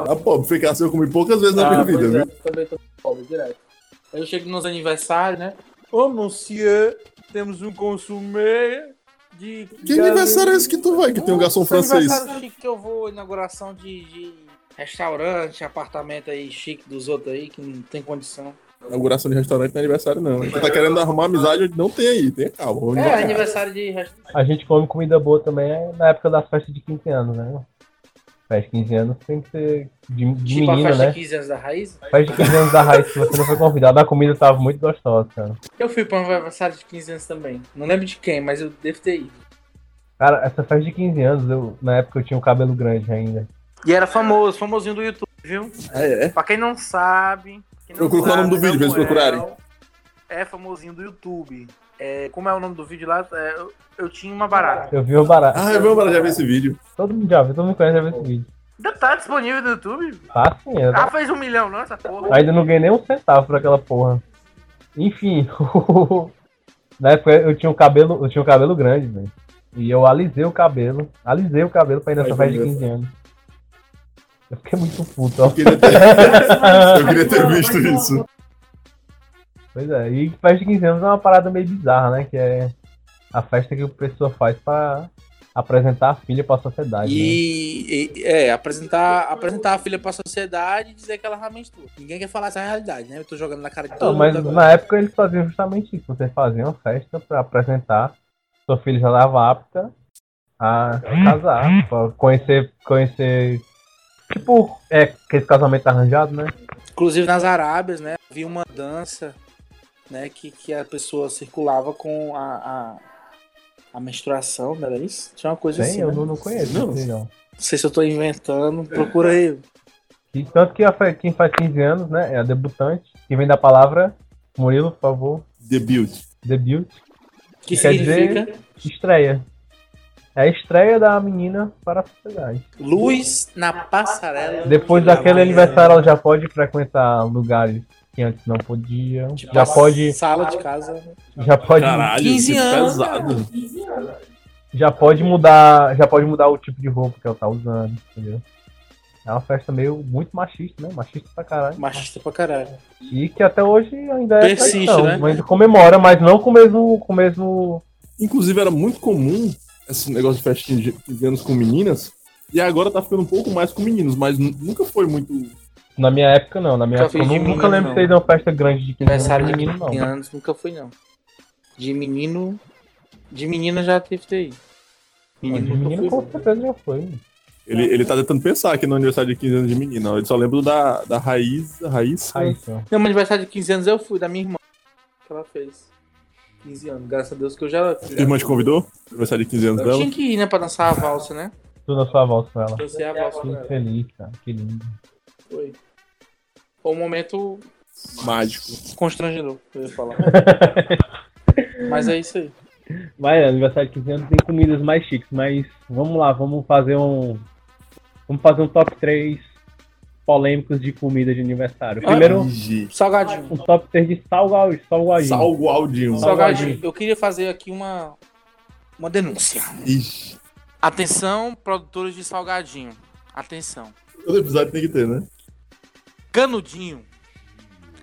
Speaker 4: A pobre ficar assim eu comi poucas vezes
Speaker 5: Ah,
Speaker 4: na minha
Speaker 8: pois
Speaker 4: vida,
Speaker 8: é,
Speaker 4: viu?
Speaker 8: também tô pobre, direto. Aí Eu chego nos aniversários, né?
Speaker 5: Ô, monsieur, temos um consumê de.
Speaker 4: Que aniversário é esse que tu vai, que tem
Speaker 8: Hum,
Speaker 4: um
Speaker 5: é
Speaker 4: garçom francês?
Speaker 8: é Aniversário chique que eu vou, inauguração de, de restaurante, apartamento aí chique dos outros aí, que não tem condição.
Speaker 4: Inauguração de restaurante não é aniversário, não. Você tá querendo arrumar amizade onde não tem aí, tem calma. vamos
Speaker 8: É,
Speaker 4: devagar.
Speaker 8: aniversário de restaurante.
Speaker 3: A gente come comida boa também é na época das festas de 15 anos, né? Festa de 15 anos tem que ser de, de
Speaker 8: Tipo a
Speaker 3: menino,
Speaker 8: festa
Speaker 3: né?
Speaker 8: de 15 anos da raiz.
Speaker 3: Festa de 15 anos da raiz, se você não foi convidado, a comida tava muito gostosa, cara.
Speaker 8: Eu fui pra um aniversário de 15 anos também. Não lembro de quem, mas eu devo ter ido.
Speaker 3: Cara, essa festa de 15 anos, eu, na época eu tinha o cabelo grande ainda.
Speaker 8: E era famoso, famosinho do YouTube, viu?
Speaker 4: Ah, é?
Speaker 8: Pra quem não sabe. Quem não
Speaker 4: Procura qual é o nome do vídeo pra eles
Speaker 8: Samuel
Speaker 4: procurarem.
Speaker 8: É famosinho do YouTube. É, como é o nome do vídeo lá? É, eu, eu tinha uma barata.
Speaker 3: Eu vi o barato.
Speaker 4: Ah, vamos lá, já vi esse vídeo.
Speaker 3: Todo mundo já viu, todo mundo conhece já viu esse vídeo.
Speaker 8: Ainda tá disponível no YouTube?
Speaker 3: Tá assim, eu
Speaker 8: Ah, fez um milhão, não, essa porra.
Speaker 3: Ainda não ganhei nem um centavo pra aquela porra. Enfim, na época eu tinha um cabelo, eu tinha um cabelo grande, velho. E eu alisei o cabelo, alisei o cabelo pra ir nessa
Speaker 4: Ai,
Speaker 3: festa de
Speaker 4: meu
Speaker 3: 15 anos. Eu fiquei muito puto, ó.
Speaker 4: Eu queria ter, eu queria ter visto isso.
Speaker 3: Pois é, e festa de 15 anos é uma parada meio bizarra, né? Que é a festa que a pessoa faz pra apresentar a filha pra sociedade. né?
Speaker 5: E, e- é, apresentar, apresentar a filha pra sociedade e dizer que ela realmente tudo. Ninguém quer falar essa realidade, né? Eu tô jogando na cara de todo
Speaker 3: Não, mas
Speaker 5: mundo. agora.
Speaker 3: na época eles faziam justamente isso. Você fazia uma festa pra apresentar. Sua filha já estava apta a casar, pra conhecer, conhecer. Tipo, é aquele casamento arranjado, né?
Speaker 5: Inclusive nas Arábias, né? Havia uma dança, né? Que, que a pessoa circulava com a, a, a menstruação, não era isso? Tinha uma coisa
Speaker 3: Sim,
Speaker 5: assim.
Speaker 3: eu
Speaker 5: né?
Speaker 3: não, não conheço.
Speaker 4: Não.
Speaker 3: Não. sei não.
Speaker 5: Não sei se eu tô inventando, procura aí.
Speaker 3: E tanto que a, fe- quem faz 15 anos, né? É a debutante, que vem da palavra. Murilo, por favor,
Speaker 4: The Build.
Speaker 3: debut.
Speaker 5: Que
Speaker 3: Quer
Speaker 5: significa
Speaker 3: Estreia. É a estreia da menina para a sociedade.
Speaker 5: luz na passarela.
Speaker 3: Depois daquele aniversário, ela já pode frequentar lugares que antes não podia.
Speaker 5: Tipo,
Speaker 3: Já
Speaker 5: a
Speaker 3: pode,
Speaker 5: Sala de casa.
Speaker 3: já pode,
Speaker 4: Caralho,
Speaker 5: 15
Speaker 4: que
Speaker 5: anos,
Speaker 4: pesado.
Speaker 3: já pode mudar, já pode mudar o tipo de roupa que ela tá usando, entendeu? É uma festa meio muito machista, né? Machista pra caralho.
Speaker 5: Machista pra caralho.
Speaker 3: E que até hoje ainda é
Speaker 5: Persiste,
Speaker 3: tradição,
Speaker 5: né?
Speaker 3: ainda comemora, mas não com o mesmo, com o mesmo
Speaker 4: Inclusive, era muito comum esse negócio de festinha de 15 anos com meninas. E agora tá ficando um pouco mais com meninos, mas nu- nunca foi muito.
Speaker 3: na minha época não, na minha
Speaker 5: Nunca
Speaker 3: época eu
Speaker 5: fiz de
Speaker 3: nu- nunca
Speaker 5: menino,
Speaker 3: lembro
Speaker 5: não.
Speaker 3: de ter ido uma festa grande de 15 anos
Speaker 5: Aniversário
Speaker 3: de
Speaker 5: de
Speaker 3: menino não. né?
Speaker 5: 15 Ah, anos nunca fui, não. De menino. De menina já teve TI.
Speaker 3: Mas De
Speaker 5: nunca
Speaker 3: menino
Speaker 5: fui,
Speaker 3: com
Speaker 5: não.
Speaker 3: certeza já foi.
Speaker 4: Ele, ele tá tentando pensar aqui no aniversário de 15 anos de menina. Ele só lembra da, da raiz. Raiz?
Speaker 3: Aí, então.
Speaker 5: Não, meu aniversário de 15 anos eu fui, da minha irmã. Que ela fez. 15 anos. Graças a Deus que eu já.
Speaker 4: Tua irmã te convidou? Aniversário de 15 anos
Speaker 5: Eu
Speaker 4: dela?
Speaker 5: tinha que ir, né, pra dançar a valsa, né?
Speaker 3: Tudo na sua volta com ela.
Speaker 5: Dancei a valsa com
Speaker 3: Muito
Speaker 5: ela.
Speaker 3: feliz, cara. Que lindo.
Speaker 5: Foi. Foi um momento
Speaker 4: Mágico.
Speaker 5: constrangedor, eu ia falar. Mas é isso aí.
Speaker 3: Vai, aniversário de 15 anos tem comidas mais chiques, mas vamos lá, vamos fazer um. Vamos fazer um top 3 polêmicos de comida de aniversário.
Speaker 5: Ah.
Speaker 3: Primeiro,
Speaker 4: Ih,
Speaker 5: Salgadinho.
Speaker 3: um top 3 de salgado, salgadinho.
Speaker 4: Salgo o Aldinho.
Speaker 5: Salgadinho. Eu queria fazer aqui uma. Uma denúncia.
Speaker 4: Ixi,
Speaker 5: Atenção, produtores de salgadinho. Atenção.
Speaker 4: todo episódio tem que ter, né?
Speaker 5: Canudinho.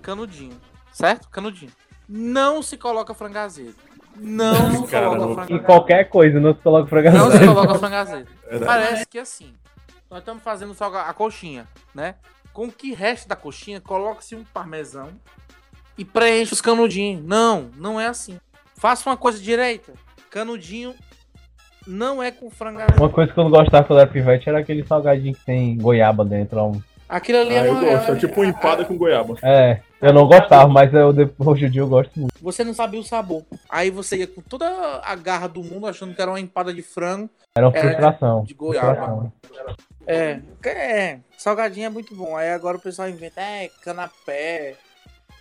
Speaker 5: Canudinho. Certo? Canudinho. Não se coloca frangazeiro. Não se
Speaker 4: Cara,
Speaker 5: coloca
Speaker 4: não.
Speaker 3: E
Speaker 5: frangazeiro.
Speaker 3: qualquer coisa, não se coloca pra
Speaker 5: Não
Speaker 3: gastar.
Speaker 5: se coloca frangazeiro.
Speaker 4: Era-
Speaker 5: Parece que assim. Nós estamos fazendo salga a coxinha, né? Com o que resta da coxinha, coloca-se um parmesão e preenche os canudinhos. Não, não é assim. Faça uma coisa direita. Canudinho não é com frangazeiro.
Speaker 3: Uma coisa que eu não gostava quando era pivete era aquele salgadinho que tem goiaba dentro. ó.
Speaker 5: Aquilo ali
Speaker 4: Ah,
Speaker 5: é
Speaker 4: eu
Speaker 5: uma.
Speaker 4: gosto. É
Speaker 5: é-
Speaker 4: tipo uma empada com goiaba.
Speaker 3: É, eu não gostava, mas eu, de- hoje em dia eu gosto muito.
Speaker 5: Você não sabia o sabor. Aí você ia com toda a garra do mundo achando que era uma empada de frango
Speaker 3: Era uma
Speaker 5: É,
Speaker 3: frustração.
Speaker 5: de goiaba.
Speaker 3: frustração.
Speaker 5: É, é, salgadinho é muito bom. Aí agora o pessoal inventa, é, canapé,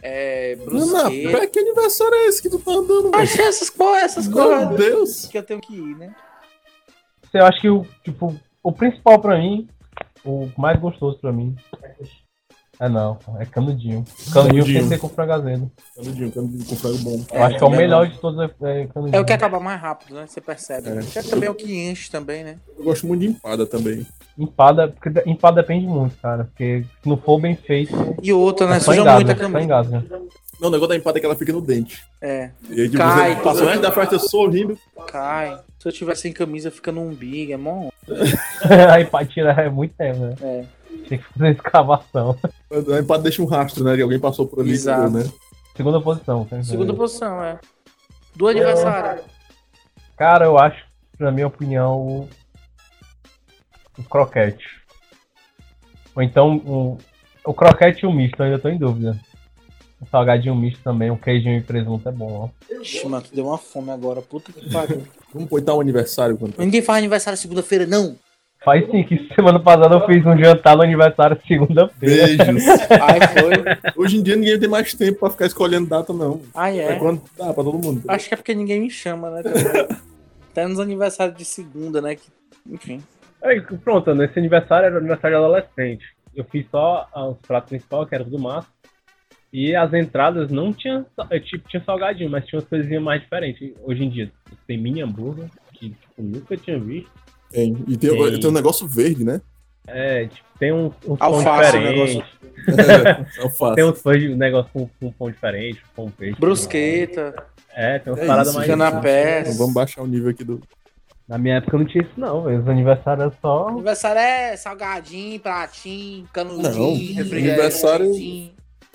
Speaker 5: é,
Speaker 4: Nana,
Speaker 5: brusqueta.
Speaker 4: pra que aniversário é esse que tu tá andando, velho?
Speaker 5: Achei essas coisas, essas
Speaker 4: Meu
Speaker 5: coisas
Speaker 4: Deus!
Speaker 5: que eu tenho que ir, né?
Speaker 3: Eu acho que o, tipo, o principal pra mim, o mais gostoso pra mim. É não, é canudinho. Canudinho
Speaker 4: Canudinho.
Speaker 3: tem que ser com frangazeno.
Speaker 4: Canudinho, canudinho, com frango bom.
Speaker 3: Eu acho que é o
Speaker 5: é
Speaker 3: melhor de todos é, é canudinho.
Speaker 5: É o que acaba mais rápido, né? Você percebe.
Speaker 4: É.
Speaker 5: Que É. também o que enche também, né?
Speaker 4: Eu gosto muito de empada também.
Speaker 3: Empada, porque de- empada depende muito, cara. Porque se não for bem feito,
Speaker 5: E outra, né?
Speaker 3: só
Speaker 5: Suja
Speaker 3: engasga,
Speaker 5: muito a
Speaker 3: só
Speaker 5: camisa.
Speaker 3: engasga.
Speaker 4: Não, o negócio da empada é que ela fica no dente.
Speaker 5: É,
Speaker 4: E aí, tipo,
Speaker 5: Cai.
Speaker 4: você passou o resto da festa sorrindo.
Speaker 5: cai. Se eu tiver sem camisa, fica no umbigo, é mó.
Speaker 3: a empatia é muito tempo, né?
Speaker 5: É.
Speaker 3: Tem que fazer escavação.
Speaker 4: A empada deixa um rastro, né? Que alguém passou por ali,
Speaker 5: Exato.
Speaker 4: né?
Speaker 3: Segunda posição. tá
Speaker 5: Segunda
Speaker 3: entendendo?
Speaker 5: posição, é. Do aniversário.
Speaker 3: Cara, eu acho, na minha opinião, o, o croquete. Ou então o, o croquete e o misto, eu ainda tô em dúvida. O salgadinho misto também, o queijinho e presunto é bom, ó.
Speaker 5: Ixi, mano, tu deu uma fome agora. Puta que pariu.
Speaker 4: Vamos coitar um aniversário quando.
Speaker 5: Ninguém faz aniversário segunda-feira, não.
Speaker 3: Faz sim, que semana passada eu fiz um jantar no aniversário segunda-feira.
Speaker 4: Beijos.
Speaker 5: Aí foi.
Speaker 4: Hoje em dia ninguém tem mais tempo pra ficar escolhendo data, não.
Speaker 5: Aí
Speaker 4: É,
Speaker 5: é.
Speaker 4: quando dá pra todo mundo.
Speaker 5: Acho que é porque ninguém me chama, né? também. Até nos aniversários de segunda, né? que- Enfim.
Speaker 3: Aí, pronto, nesse aniversário era o aniversário de adolescente. Eu fiz só os pratos principais, que era tudo massa. E as entradas não tinha, sa- eh, tipo, tinha salgadinho, mas tinha umas coisinhas mais diferentes. Hoje em dia tem mini hambúrguer, que tipo, nunca tinha visto.
Speaker 4: Tem. E tem,
Speaker 3: Tem.
Speaker 4: tem um negócio verde, né?
Speaker 3: É, tipo, tem um, um
Speaker 5: Alface,
Speaker 3: pão diferente.
Speaker 4: É o fato.
Speaker 3: Tem
Speaker 5: um
Speaker 3: uns pães de negócio com, com pão diferente, com peixe.
Speaker 5: Brusqueta,
Speaker 3: É, tem umas
Speaker 4: É
Speaker 3: paradas
Speaker 4: isso,
Speaker 3: mais.
Speaker 5: canapés.
Speaker 4: Então vamos baixar o nível aqui do.
Speaker 3: Na minha época não tinha isso, não, velho. Os aniversários eram só.
Speaker 5: Aniversário é salgadinho, pratinho,
Speaker 4: Não,
Speaker 5: canudinho, refrigerante.
Speaker 4: aniversário-
Speaker 5: docinho.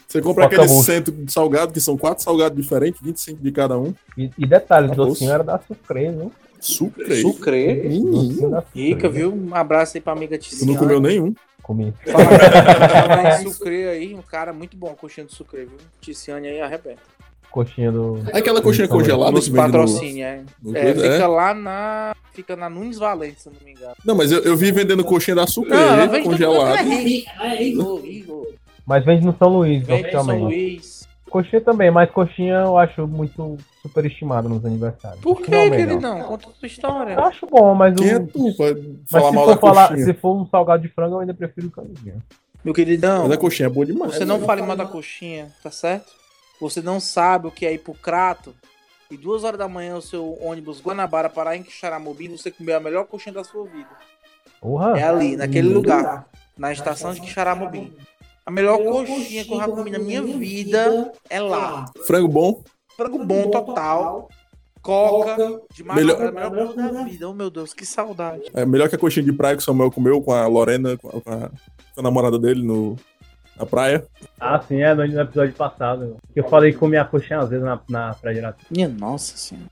Speaker 4: Você compra
Speaker 3: Toca
Speaker 4: aquele
Speaker 3: murcho.
Speaker 4: cento de salgado, que são quatro salgados diferentes, 25 de cada um.
Speaker 3: E, e detalhe, o
Speaker 4: Acabou.
Speaker 3: docinho era da surpresa, hein?
Speaker 4: Sucre.
Speaker 5: Sucre.
Speaker 4: Menino.
Speaker 3: Docinho da surpresa.
Speaker 5: Uhum. Rica, viu? Um abraço aí pra amiga
Speaker 4: Tu
Speaker 5: Tiziana.
Speaker 4: não comeu nenhum.
Speaker 3: Comi.
Speaker 5: Falar em sucre aí, um cara muito bom, coxinha de sucre, viu? Tiziane aí arrebenta.
Speaker 3: Coxinha do.
Speaker 4: É Aquela coxinha
Speaker 3: Então,
Speaker 4: congelada
Speaker 5: Nos
Speaker 4: que vende no-
Speaker 5: patrocínio, é.
Speaker 4: no
Speaker 5: É,
Speaker 4: coisa, é.
Speaker 5: fica lá na. Fica na Nunes Valente, se eu não me engano.
Speaker 4: Não, mas eu, eu vi vendendo coxinha da Sucre
Speaker 5: Não, vende tudo
Speaker 4: congelada.
Speaker 5: quanto é rico. É, Igor, Igor.
Speaker 3: Mas vende no São Luís,
Speaker 5: Vende em São
Speaker 3: oficialmente.
Speaker 5: Luís.
Speaker 3: Coxinha também, mas coxinha eu acho muito superestimado nos aniversários.
Speaker 5: Por que,
Speaker 3: Coxinha é o melhor.
Speaker 5: querido? Não, conta a sua história.
Speaker 3: Eu acho bom, mas o.
Speaker 4: Quem é tu pra
Speaker 3: Mas
Speaker 4: falar
Speaker 3: se
Speaker 4: mal
Speaker 3: for,
Speaker 4: da
Speaker 3: falar,
Speaker 4: coxinha?
Speaker 3: se for um salgado de frango, eu ainda prefiro o canudinho.
Speaker 5: Meu queridão,
Speaker 4: Mas a coxinha é boa demais.
Speaker 5: você não fale mal da coxinha, tá certo? Você não sabe o que é ir pro Crato e duas horas da manhã o seu ônibus Guanabara parar em Quixaramobi e você comer a melhor coxinha da sua vida.
Speaker 3: Porra!
Speaker 5: É ali, naquele lugar, na estação de Quixaramobi. A melhor coxinha que eu já comi na minha vida é lá.
Speaker 4: Frango bom.
Speaker 5: Frango bom total, coca, de
Speaker 4: Melhor-
Speaker 5: melhor, a melhor coisa da vida. Oh meu Deus, que saudade.
Speaker 4: É melhor que a coxinha de praia que o Samuel comeu com a Lorena, com a, com a- com a namorada dele no, na praia.
Speaker 3: Ah, sim, é no no episódio passado. Que eu falei que comia coxinha às vezes na, na praia de Iratu.
Speaker 5: Minha nossa senhora.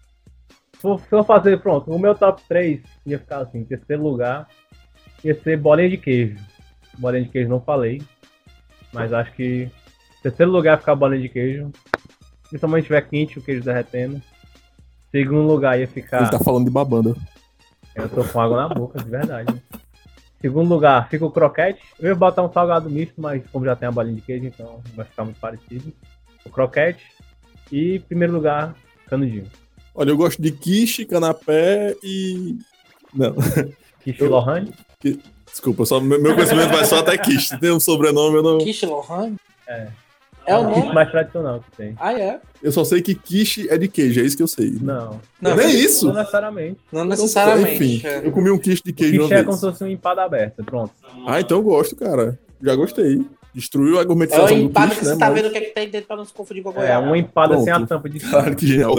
Speaker 3: Se eu se eu fazer, pronto, o meu top 3 ia ficar assim, em terceiro lugar, ia ser bolinha de queijo. Bolinha de queijo não falei, mas acho que em terceiro lugar ia ficar bolinha de queijo. Principalmente se tiver quente, o queijo derretendo. Segundo lugar ia
Speaker 4: Ele
Speaker 3: ficar...
Speaker 4: tá falando de babanda.
Speaker 3: Eu tô com água na boca, de verdade. Segundo lugar, fica o croquete. Eu ia botar um salgado misto, mas como já tem a bolinha de queijo, então vai ficar muito parecido. O croquete. E em primeiro lugar, canudinho.
Speaker 4: Olha, eu gosto de quiche, canapé e. Não,
Speaker 3: Kishi Lohane.
Speaker 4: desculpa, só, meu meu conhecimento vai só até quiche. Se Tem um sobrenome, eu não.
Speaker 5: Kish Lohan?
Speaker 3: É.
Speaker 5: É o
Speaker 3: o quiche
Speaker 5: nome?
Speaker 3: mais tradicional que tem.
Speaker 5: Ah, é?
Speaker 4: Eu só sei que quiche é de queijo, é isso que eu sei.
Speaker 3: Não.
Speaker 5: Não,
Speaker 4: Nem
Speaker 3: Não
Speaker 4: isso!
Speaker 3: necessariamente.
Speaker 5: Não
Speaker 4: Não sei,
Speaker 5: necessariamente.
Speaker 4: Enfim,
Speaker 5: é.
Speaker 4: eu comi um quiche de queijo uma
Speaker 3: Kishi é como
Speaker 4: vez.
Speaker 3: se fosse uma empada aberta, pronto.
Speaker 4: Ah, então eu gosto, cara. Já gostei. Destruiu a
Speaker 5: É o
Speaker 4: gourmetização do
Speaker 5: empate
Speaker 4: quiche,
Speaker 5: que
Speaker 4: né?
Speaker 5: você tá
Speaker 4: mas-
Speaker 5: vendo o que, é que tem dentro pra não se confundir com a
Speaker 3: É
Speaker 5: goiaba.
Speaker 3: uma empada sem a
Speaker 4: Pronto.
Speaker 3: tampa de cima.
Speaker 4: Caralho, que genial.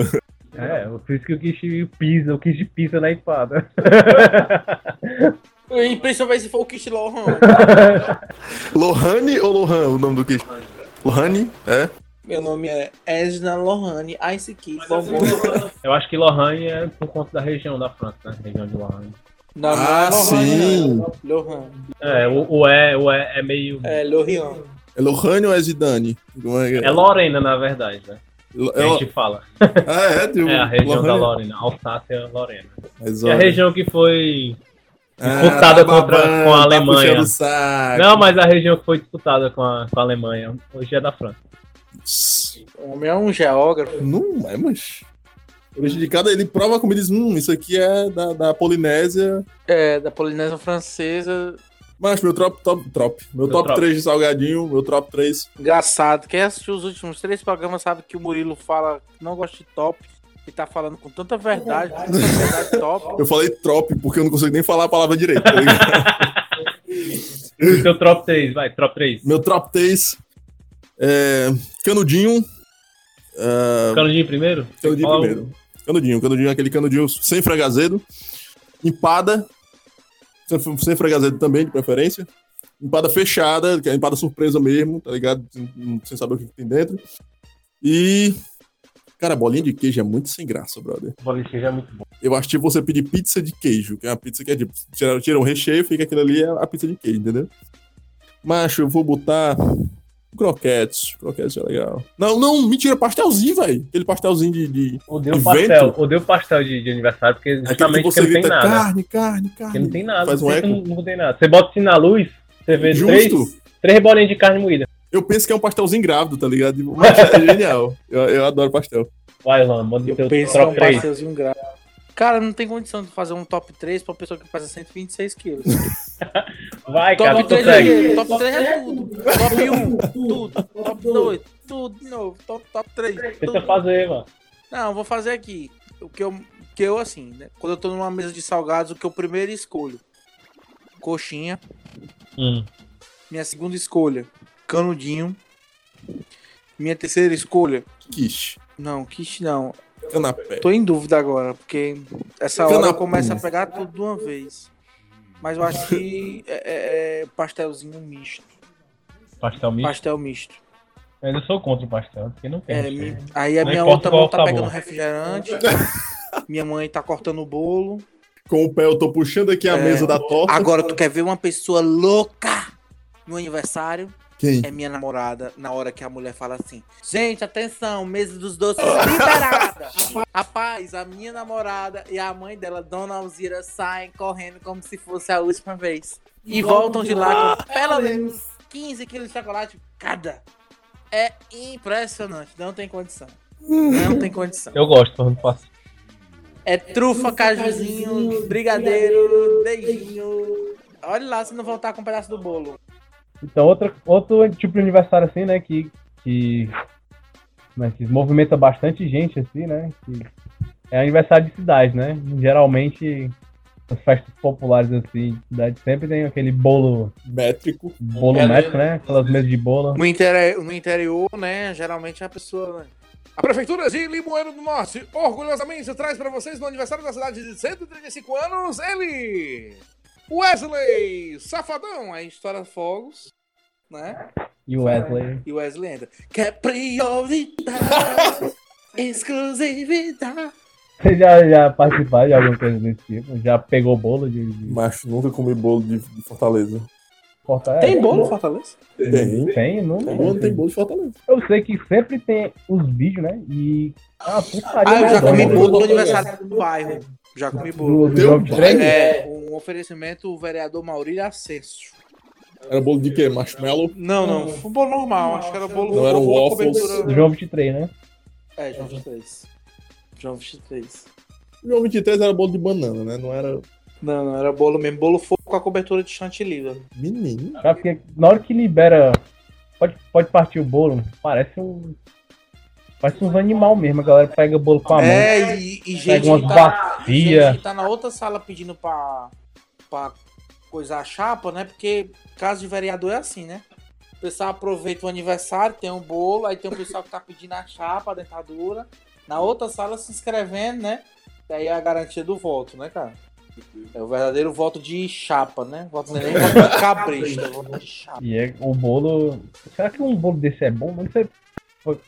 Speaker 3: É, por isso que o Kishi pisa, o Kishi pisa na empada.
Speaker 5: E principalmente se for o Kish Lohan.
Speaker 4: Lohane ou Lohan, o nome do quiche? Lohane? É?
Speaker 5: Meu nome é Edna Lohane Ice Kiss.
Speaker 3: Eu acho que Lohane é por conta da região da França, né? Região de Lohane.
Speaker 5: Não, é
Speaker 4: Ah, sim!
Speaker 5: Lohan.
Speaker 3: É, o, o é, o é, é meio. É.
Speaker 5: É, Lorian.
Speaker 4: É Lohane ou é Zidane? Como é que é?
Speaker 3: Lorena, na verdade, né?
Speaker 4: Lo-
Speaker 3: Que
Speaker 4: é
Speaker 3: a
Speaker 4: Lo-
Speaker 3: gente fala.
Speaker 4: Ah, é? Tem um-
Speaker 3: É a região
Speaker 4: Lohane?
Speaker 3: da Lorena. Alsácia Lorena.
Speaker 4: Mas
Speaker 3: É a
Speaker 4: olha.
Speaker 3: região que foi.
Speaker 4: Ah,
Speaker 3: disputada
Speaker 4: tá
Speaker 3: contra-
Speaker 4: babando,
Speaker 3: com a
Speaker 4: tá
Speaker 3: Alemanha.
Speaker 4: puxando o saco.
Speaker 3: Não, mas a região que foi disputada com a, com a Alemanha. Hoje é da França.
Speaker 4: Putz,
Speaker 5: O homem é um geógrafo.
Speaker 4: não é, mas. Origem de cada, ele prova a comida e diz: hum, isso aqui é da, da Polinésia.
Speaker 5: É, da Polinésia Francesa.
Speaker 4: Mas meu top, top, top. Meu,
Speaker 3: Meu
Speaker 4: top,
Speaker 3: top.
Speaker 4: 3 de salgadinho, meu top 3.
Speaker 5: Engraçado. Quem assistiu os últimos três programas sabe que o Murilo fala que não gosta de top. E tá falando com tanta É verdade, com tanta verdade top.
Speaker 4: Eu falei top, porque eu não consigo nem falar a palavra direito, tá ligado?
Speaker 3: O seu top 3, vai, top 3.
Speaker 4: Meu top 3 é canudinho. é,
Speaker 3: Canudinho primeiro?
Speaker 4: canudinho
Speaker 3: Qual?
Speaker 4: primeiro. Canudinho, canudinho, é aquele canudinho sem fragazedo. Empada. Sem, sem fragazedo também, de preferência. Empada fechada, que é empada surpresa mesmo, tá ligado? Sem, sem saber o que, que tem dentro. E. Cara, bolinha de queijo é muito sem graça, brother.
Speaker 3: O bolinho de queijo é muito bom.
Speaker 4: Eu acho que tipo, você pedir pizza de queijo, que é uma pizza que é tipo, tira, tira um recheio, fica aquilo ali, é a pizza de queijo, entendeu? Macho, eu vou botar croquetes, croquetes é legal. Não, não, mentira, pastelzinho, velho. Aquele pastelzinho de... de
Speaker 3: Odeio
Speaker 4: Invento.
Speaker 3: pastel, odeio pastel de, de aniversário, porque
Speaker 4: aquele
Speaker 3: justamente porque não tem nada.
Speaker 4: carne, carne, carne.
Speaker 3: Porque não tem nada,
Speaker 4: Faz um
Speaker 3: sempre
Speaker 4: eco.
Speaker 3: não, não tem nada. Você bota assim na luz, você vê
Speaker 4: Justo.
Speaker 3: três, três bolinhas de carne moída.
Speaker 4: Eu penso que é um pastelzinho grávido, tá ligado? Tipo, Mas é genial. Eu, eu adoro pastel.
Speaker 3: Vai, Lan, manda o
Speaker 5: Eu
Speaker 3: teu
Speaker 5: penso que é
Speaker 3: top
Speaker 5: um
Speaker 3: 3.
Speaker 5: parcelzinho grave. Cara, não tem condição de fazer um top 3 pra uma pessoa que pesa 126 quilos.
Speaker 3: Vai, cara,
Speaker 5: Top
Speaker 3: tu
Speaker 5: 3 é
Speaker 3: consegue.
Speaker 5: quê? Top 3 é tudo. Top 1, tudo. Top 2, tudo de novo. Top, top 3,
Speaker 3: Tenta
Speaker 5: tudo.
Speaker 3: fazer, mano.
Speaker 5: Não, eu vou fazer aqui. O que eu, o que eu assim, né? Quando eu tô numa mesa de salgados, o que eu primeiro escolho? Coxinha.
Speaker 3: Hum.
Speaker 5: Minha segunda escolha, canudinho. Minha terceira escolha,
Speaker 4: Quiche,
Speaker 5: não, quiche não.
Speaker 4: canapé.
Speaker 5: Tô em dúvida agora, porque essa hora eu
Speaker 4: Canapu.
Speaker 5: começo a pegar tudo de uma vez. Mas eu acho que é, é- é pastelzinho misto.
Speaker 3: Pastel misto.
Speaker 5: Pastel misto.
Speaker 3: Eu ainda sou contra o pastel, porque não tem.
Speaker 5: É,
Speaker 3: recheio.
Speaker 5: mi- aí a
Speaker 3: Não
Speaker 5: minha
Speaker 3: importa
Speaker 5: outra
Speaker 3: qual
Speaker 5: mão tá
Speaker 3: sabor.
Speaker 5: pegando refrigerante. minha mãe tá cortando o bolo.
Speaker 4: Com o pé eu tô puxando aqui a
Speaker 5: É.
Speaker 4: mesa da torta.
Speaker 5: Agora tu quer ver uma pessoa louca no aniversário?
Speaker 4: Quem?
Speaker 5: É minha namorada, na hora que a mulher fala assim: Gente, atenção, mesa dos doces liberada. Rapaz, a minha namorada e a mãe dela, Dona Alzira, saem correndo como se fosse a última vez. E voltam de lá com pelo menos 15 quilos de chocolate cada. É impressionante, não tem condição. Não tem condição.
Speaker 3: Eu gosto, mas não faço.
Speaker 5: É trufa, cajuzinho, brigadeiro, beijinho. Olha lá se não voltar com um pedaço do bolo.
Speaker 3: Então, outro, outro tipo de aniversário assim, né, que, que, né, que movimenta bastante gente, assim, né, que é aniversário de cidade, né? Geralmente, as festas populares, assim, de cidade sempre tem aquele bolo,
Speaker 4: Métrico.
Speaker 3: bolo
Speaker 9: É,
Speaker 3: métrico,
Speaker 9: né?
Speaker 3: né? Aquelas mesas de bolo.
Speaker 5: No, interior, no interior, né? Geralmente a pessoa. né,
Speaker 10: A Prefeitura de Limoeiro do Norte orgulhosamente traz para vocês no aniversário da cidade de 135 anos, ele... Wesley Safadão.
Speaker 5: Aí estoura fogos, né?
Speaker 3: E o Wesley.
Speaker 5: E o Wesley entra. Que é prioridade, exclusividade.
Speaker 3: Você já, já participaram de alguma coisa desse tipo? Já pegou bolo de, de
Speaker 4: Macho, nunca comi bolo de, de Fortaleza.
Speaker 3: Fortaleza?
Speaker 5: Tem bolo, Fortaleza?
Speaker 4: Tem.
Speaker 3: Tem, não,
Speaker 4: Tem bolo, tem bolo de Fortaleza.
Speaker 3: Eu sei que sempre tem os vídeos, né? E. Ah, putaria.
Speaker 5: Ah, eu já
Speaker 3: medonha,
Speaker 5: comi
Speaker 3: né?
Speaker 5: bolo no aniversário do bairro. Já comi bolo.
Speaker 3: Do, do jogo de trem?
Speaker 5: É, um oferecimento o vereador Maurílio Ascenso.
Speaker 4: Era bolo de quê? Marshmallow?
Speaker 5: Não, não, foi um bolo normal, acho que era bolo
Speaker 4: Não, eram
Speaker 5: com boa
Speaker 4: waffles.
Speaker 3: Do
Speaker 5: cobertura.
Speaker 3: João 23, né?
Speaker 5: É, João 23. João 23.
Speaker 4: João 23 era bolo de banana, né? Não era
Speaker 5: Não, não, era bolo mesmo. Bolo fogo com a cobertura de chantilly. velho.
Speaker 4: menino.
Speaker 3: Cara, porque na hora que libera. Pode, pode partir o bolo, parece um. Parece uns animal mesmo. A galera pega bolo com a mão,
Speaker 5: É, e, e gente,
Speaker 3: pega umas
Speaker 5: que tá, gente
Speaker 3: bacias.
Speaker 5: que tá na outra sala pedindo pra, pra coisar a chapa, né? Porque caso de vereador é assim, né? O pessoal aproveita o aniversário, tem um bolo, aí tem o pessoal que tá pedindo a chapa, a dentadura. Na outra sala se inscrevendo, né? E aí é a garantia do voto, né, cara? É o verdadeiro voto de chapa, né? Voto não é nem voto de cabrista, é voto de chapa.
Speaker 3: E é, o bolo. Será que um bolo desse é bom? Não sei.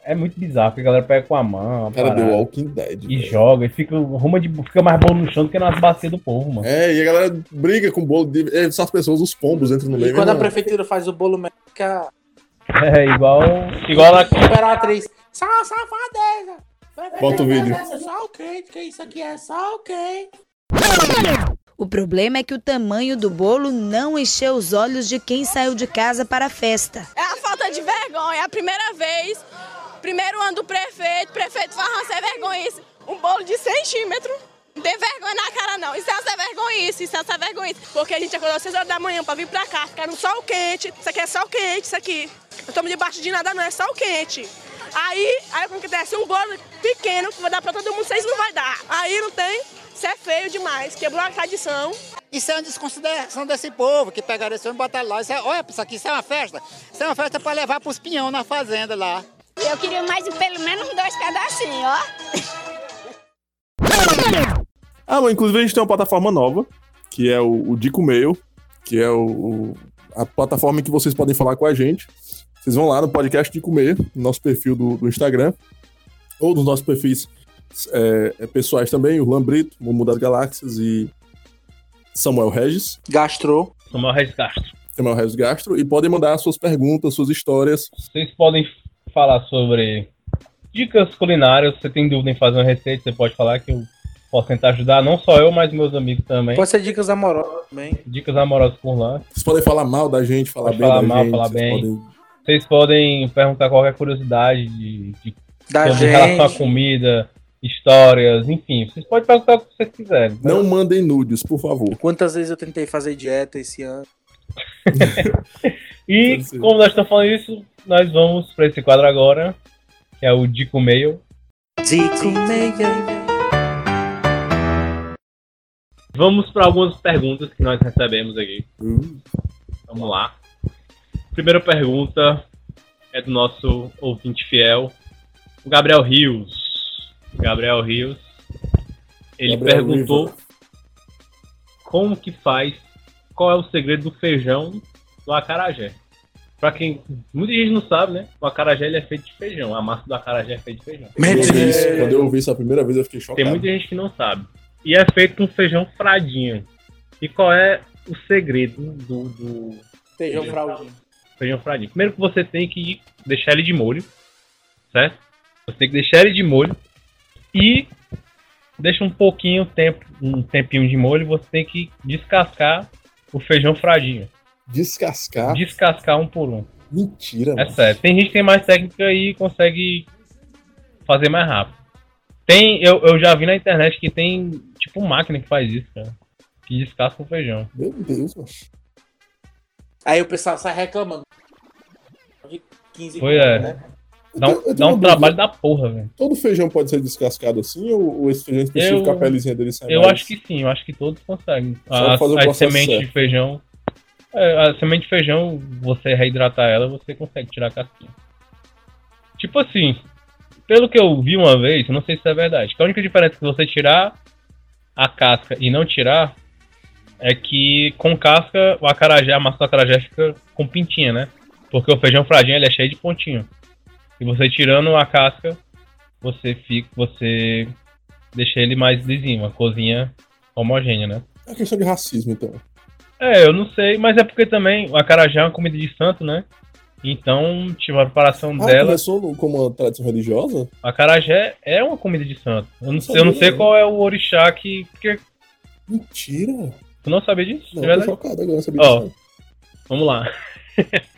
Speaker 3: É muito bizarro, porque a galera pega com a mão. a
Speaker 4: Cara,
Speaker 3: parada,
Speaker 4: The Walking Dead.
Speaker 3: E
Speaker 4: velho.
Speaker 3: joga, e fica, arruma de, fica mais bolo no chão do que nas bacias do povo, mano.
Speaker 4: É, e a galera briga com o bolo. De... É, só as pessoas, os pombos entram no meio. né,
Speaker 5: E quando a
Speaker 4: mesmo.
Speaker 5: prefeitura faz o bolo, fica
Speaker 3: É igual. Igual a
Speaker 5: Imperatriz. Só safadeza.
Speaker 4: Bota o vídeo.
Speaker 5: Só o quente, que isso aqui é só o quente.
Speaker 11: O problema é que o tamanho do bolo não encheu os olhos de quem saiu de casa para a festa.
Speaker 12: É a falta de vergonha. É a primeira vez Primeiro ano do prefeito, prefeito Farran sem vergonhice. Um bolo de centímetro. Não tem vergonha na cara, não. Isso é uma sem vergonhice, isso é uma sem vergonhice. Porque a gente acordou às 6 horas da manhã pra vir pra cá, ficar no sol quente. Isso aqui é sol quente, isso aqui. Não estamos debaixo de nada, não, é sol quente. Aí, aí acontece um bolo pequeno que vai dar pra todo mundo, vocês não vai dar. Aí não tem, isso é feio demais, quebrou a tradição.
Speaker 13: Isso é uma desconsideração desse povo que pegaram esse homem e botaram lá. Isso é, olha, isso aqui isso é uma festa. Isso é uma festa para levar pros pinhão na fazenda lá.
Speaker 14: Eu queria mais pelo menos dois pedacinhos, ó.
Speaker 4: Ah, mas inclusive a gente tem uma plataforma nova, que é o, o Dico Mail, que é o, o- a plataforma em que vocês podem falar com a gente. Vocês vão lá no podcast Dico Mail, no nosso perfil do, do Instagram, ou nos nossos perfis é, é, pessoais também, o Lambrito, o Mundo das Galáxias e Samuel Regis.
Speaker 5: Gastro.
Speaker 3: Samuel Regis Gastro.
Speaker 4: Samuel Regis Gastro. E podem mandar suas perguntas, suas histórias.
Speaker 3: Vocês podem falar sobre dicas culinárias. Se você tem dúvida em fazer uma receita, você pode falar que eu posso tentar ajudar, não só eu, mas meus amigos também.
Speaker 5: Pode ser dicas amorosas também.
Speaker 3: Dicas amorosas por lá.
Speaker 4: Vocês podem falar mal da gente, falar
Speaker 3: Pode
Speaker 4: bem
Speaker 3: falar
Speaker 4: da
Speaker 3: mal,
Speaker 4: gente.
Speaker 3: falar
Speaker 4: vocês
Speaker 3: bem.
Speaker 4: podem-
Speaker 3: Vocês podem perguntar qualquer curiosidade de, de
Speaker 4: Da
Speaker 3: sobre
Speaker 4: gente.
Speaker 3: relação à comida, histórias, enfim. Vocês podem perguntar o que vocês quiserem.
Speaker 4: Não mandem nudes, por favor.
Speaker 5: Quantas vezes eu tentei fazer dieta esse ano?
Speaker 3: E como nós estamos falando isso, nós vamos para esse quadro agora, que é o Dico Mail.
Speaker 5: Dico Mail.
Speaker 3: Vamos para algumas perguntas que nós recebemos aqui. Vamos lá. Primeira pergunta é do nosso ouvinte fiel, o Gabriel Rios. Gabriel Rios. Ele
Speaker 4: Gabriel
Speaker 3: perguntou como que faz, qual é o segredo do feijão do acarajé. Pra quem muita gente não sabe, né? O acarajé ele é feito de feijão, a massa do acarajé é feita de feijão.
Speaker 4: Quando eu ouvi isso- Quando eu ouvi isso a primeira vez, eu fiquei chocado.
Speaker 3: Tem muita gente que não sabe. E é feito com feijão fradinho. E qual é o segredo do, do
Speaker 7: Feijão
Speaker 3: Feijão.
Speaker 7: fraldinho.
Speaker 3: feijão fradinho? Primeiro que você tem que deixar ele de molho, certo? Você tem que deixar ele de molho e deixa um pouquinho tempo, um tempinho de molho, você tem que descascar o feijão fradinho.
Speaker 4: Descascar?
Speaker 3: Descascar um por um.
Speaker 4: Mentira,
Speaker 3: É sério. Tem gente que tem mais técnica e consegue fazer mais rápido. Tem, eu, eu já vi na internet que tem tipo máquina que faz isso, cara. Que descasca o feijão.
Speaker 4: Meu Deus, mano.
Speaker 7: Aí o pessoal sai reclamando. De 15
Speaker 3: Pois é.
Speaker 7: né?
Speaker 3: Dá um,
Speaker 4: Eu tenho
Speaker 3: dá
Speaker 4: uma
Speaker 3: um
Speaker 4: dúvida.
Speaker 3: trabalho da porra, velho.
Speaker 4: Todo feijão pode ser descascado assim? Ou, ou esse feijão específico,
Speaker 3: Eu-
Speaker 4: a pelezinha dele sai
Speaker 3: Eu
Speaker 4: mais?
Speaker 3: acho que sim, eu acho que todos conseguem. então.
Speaker 4: Só
Speaker 3: As,
Speaker 4: fazer o
Speaker 3: Ah, as
Speaker 4: processo
Speaker 3: sementes de
Speaker 4: certo.
Speaker 3: feijão. é, A semente de feijão, você reidratar ela, você consegue tirar a casquinha. Tipo assim, pelo que eu vi uma vez, eu não sei se é verdade, que a única diferença que você tirar a casca e não tirar é que com casca o acarajé, a massa do acarajé fica com pintinha, né? Porque o feijão fradinho ele é cheio de pontinho. E você tirando a casca, você fica, você deixa ele mais lisinho, uma cozinha homogênea, né?
Speaker 4: É questão de racismo, então.
Speaker 3: É, eu não sei, mas é porque também o acarajé é uma comida de santo, né? Então, tipo, a preparação
Speaker 4: Ah,
Speaker 3: dela.
Speaker 4: começou no- como uma tradição religiosa?
Speaker 3: O acarajé é uma comida de santo. Eu não, sei, eu não
Speaker 4: sabia,
Speaker 3: sei
Speaker 4: não.
Speaker 3: qual é o orixá que. que...
Speaker 4: Mentira!
Speaker 3: Tu não sabia disso?
Speaker 4: Não, tô
Speaker 3: De verdade?
Speaker 4: chocado agora, eu sabia
Speaker 3: Ó,
Speaker 4: disso.
Speaker 3: vamos lá.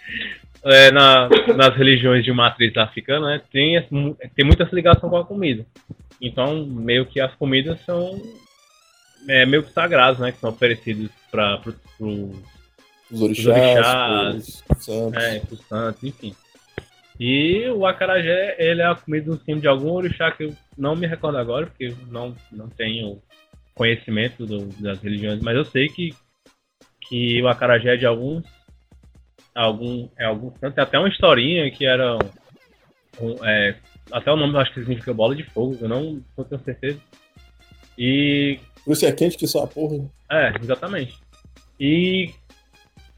Speaker 3: É, na- nas religiões de matriz africana, né, tem, esse mu- tem muita essa ligação com a comida. Então, meio que as comidas são é, meio que sagradas, né? Que são oferecidas para
Speaker 4: Os
Speaker 3: orixás,
Speaker 4: orixás, pros santos.
Speaker 3: é, pros santos, enfim. E o acarajé, ele é a comida do cima de algum orixá que eu não me recordo agora, porque eu não, não tenho conhecimento do- das religiões, mas eu sei que, que o acarajé é de alguns algum, é algum canto. Tem até uma historinha que era. um- um, é, até o nome eu acho que significa bola de fogo, eu não não tenho certeza. E.
Speaker 4: Por isso é quente que só a porra.
Speaker 3: É, exatamente. E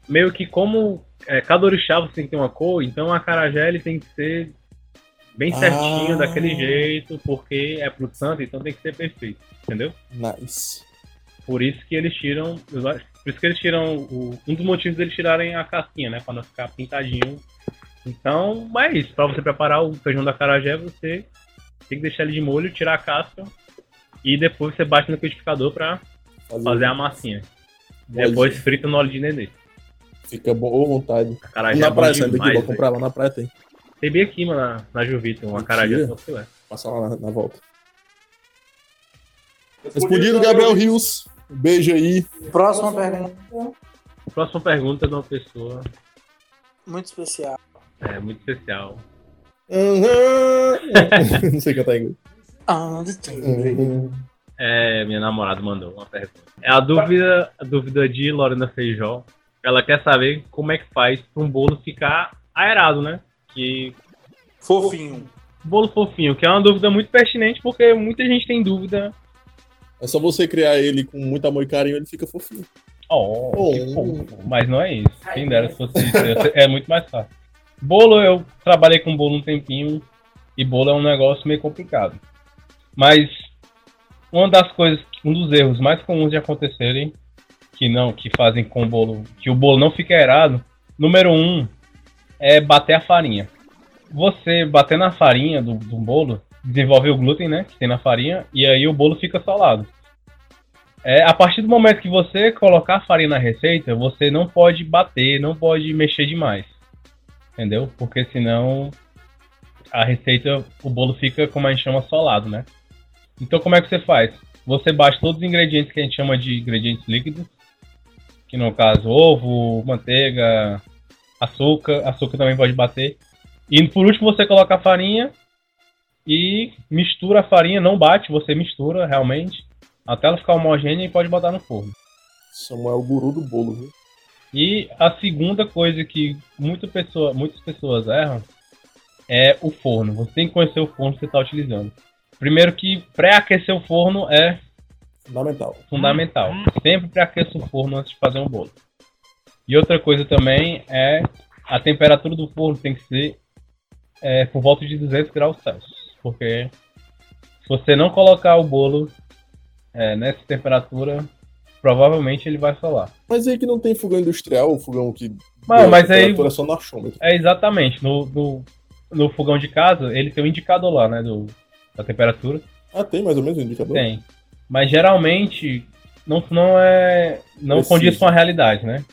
Speaker 3: meio que como é, cada orixá você tem que ter uma cor, então a carajé ele tem que ser bem certinho,
Speaker 4: Ah.
Speaker 3: daquele jeito, porque é pro santo, então tem que ser perfeito, entendeu?
Speaker 4: Nice.
Speaker 3: Por isso que eles tiram. eu acho- Por isso que eles tiram. o- um dos motivos deles tirarem a casquinha, né? Pra não ficar pintadinho. Então, mas é isso. Pra você preparar o feijão da carajé, você tem que deixar ele de molho, tirar a casca. E depois você bate no liquidificador pra
Speaker 4: Fazer-
Speaker 3: fazer a massinha.
Speaker 4: Olha.
Speaker 3: Depois frita no óleo de nenê.
Speaker 4: Fica bom, à vontade.
Speaker 3: Acarajé é
Speaker 4: na
Speaker 3: bom
Speaker 4: praia, sabe daqui,
Speaker 3: demais,
Speaker 4: vou comprar lá na praia, tem.
Speaker 3: Bebi aqui, mano, na, na Juvita, uma caralho com filé.
Speaker 4: Passar lá na, na volta. Respondido, Gabriel Rios. Um beijo aí.
Speaker 7: Próxima pergunta.
Speaker 3: Próxima pergunta é de uma pessoa
Speaker 7: Muito especial.
Speaker 3: é, muito especial.
Speaker 4: Não sei cantar em inglês. Uhum.
Speaker 3: É, minha namorada mandou uma pergunta. É a dúvida, a dúvida de Lorena Feijó. Ela quer saber como é que faz pra um bolo ficar aerado, né? Que
Speaker 7: fofinho.
Speaker 3: Bolo fofinho, que é uma dúvida muito pertinente porque muita gente tem dúvida.
Speaker 4: É só você criar ele com muito amor e carinho, ele fica fofinho.
Speaker 3: Oh, que fofo. Mas não é isso. Quem dera se fosse isso. É muito mais fácil. Bolo, eu trabalhei com bolo um tempinho e bolo é um negócio meio complicado. Mas uma das coisas, um dos erros mais comuns de acontecerem, que não, que fazem com o bolo, que o bolo não fica aerado, número um é bater a farinha. Você bater na farinha do, do bolo, desenvolve o glúten, né, que tem na farinha, e aí o bolo fica solado. É, a partir do momento que você colocar a farinha na receita, você não pode bater, não pode mexer demais. Entendeu? Porque senão a receita, o bolo fica, como a gente chama, solado, né? Então como é que você faz? Você bate todos os ingredientes que a gente chama de ingredientes líquidos, que no caso ovo, manteiga, açúcar, açúcar também pode bater. E por último você coloca a farinha e mistura a farinha, não bate, você mistura realmente, até ela ficar homogênea e pode botar no forno.
Speaker 4: Samuel, o guru do bolo, viu?
Speaker 3: E a segunda coisa que muita pessoa, muitas pessoas erram é o forno. Você tem que conhecer o forno que você está utilizando. Primeiro que pré-aquecer o forno é
Speaker 4: Fundamental.
Speaker 3: fundamental. Sempre pré-aqueça o forno antes de fazer um bolo. E outra coisa também é a temperatura do forno tem que ser é, por volta de 200 graus Celsius. Porque se você não colocar o bolo é, nessa temperatura, provavelmente ele vai solar.
Speaker 4: Mas aí que não tem fogão industrial, o fogão que.
Speaker 3: Não, mas
Speaker 4: a
Speaker 3: aí-
Speaker 4: temperatura é só no achômetro.
Speaker 3: É exatamente. No, no, no fogão de casa, ele tem um indicador lá, né? Do, da temperatura.
Speaker 4: Ah, tem mais ou menos um indicador?
Speaker 3: Tem. Mas geralmente não, não é. não
Speaker 4: Preciso.
Speaker 3: condiz com a realidade, né?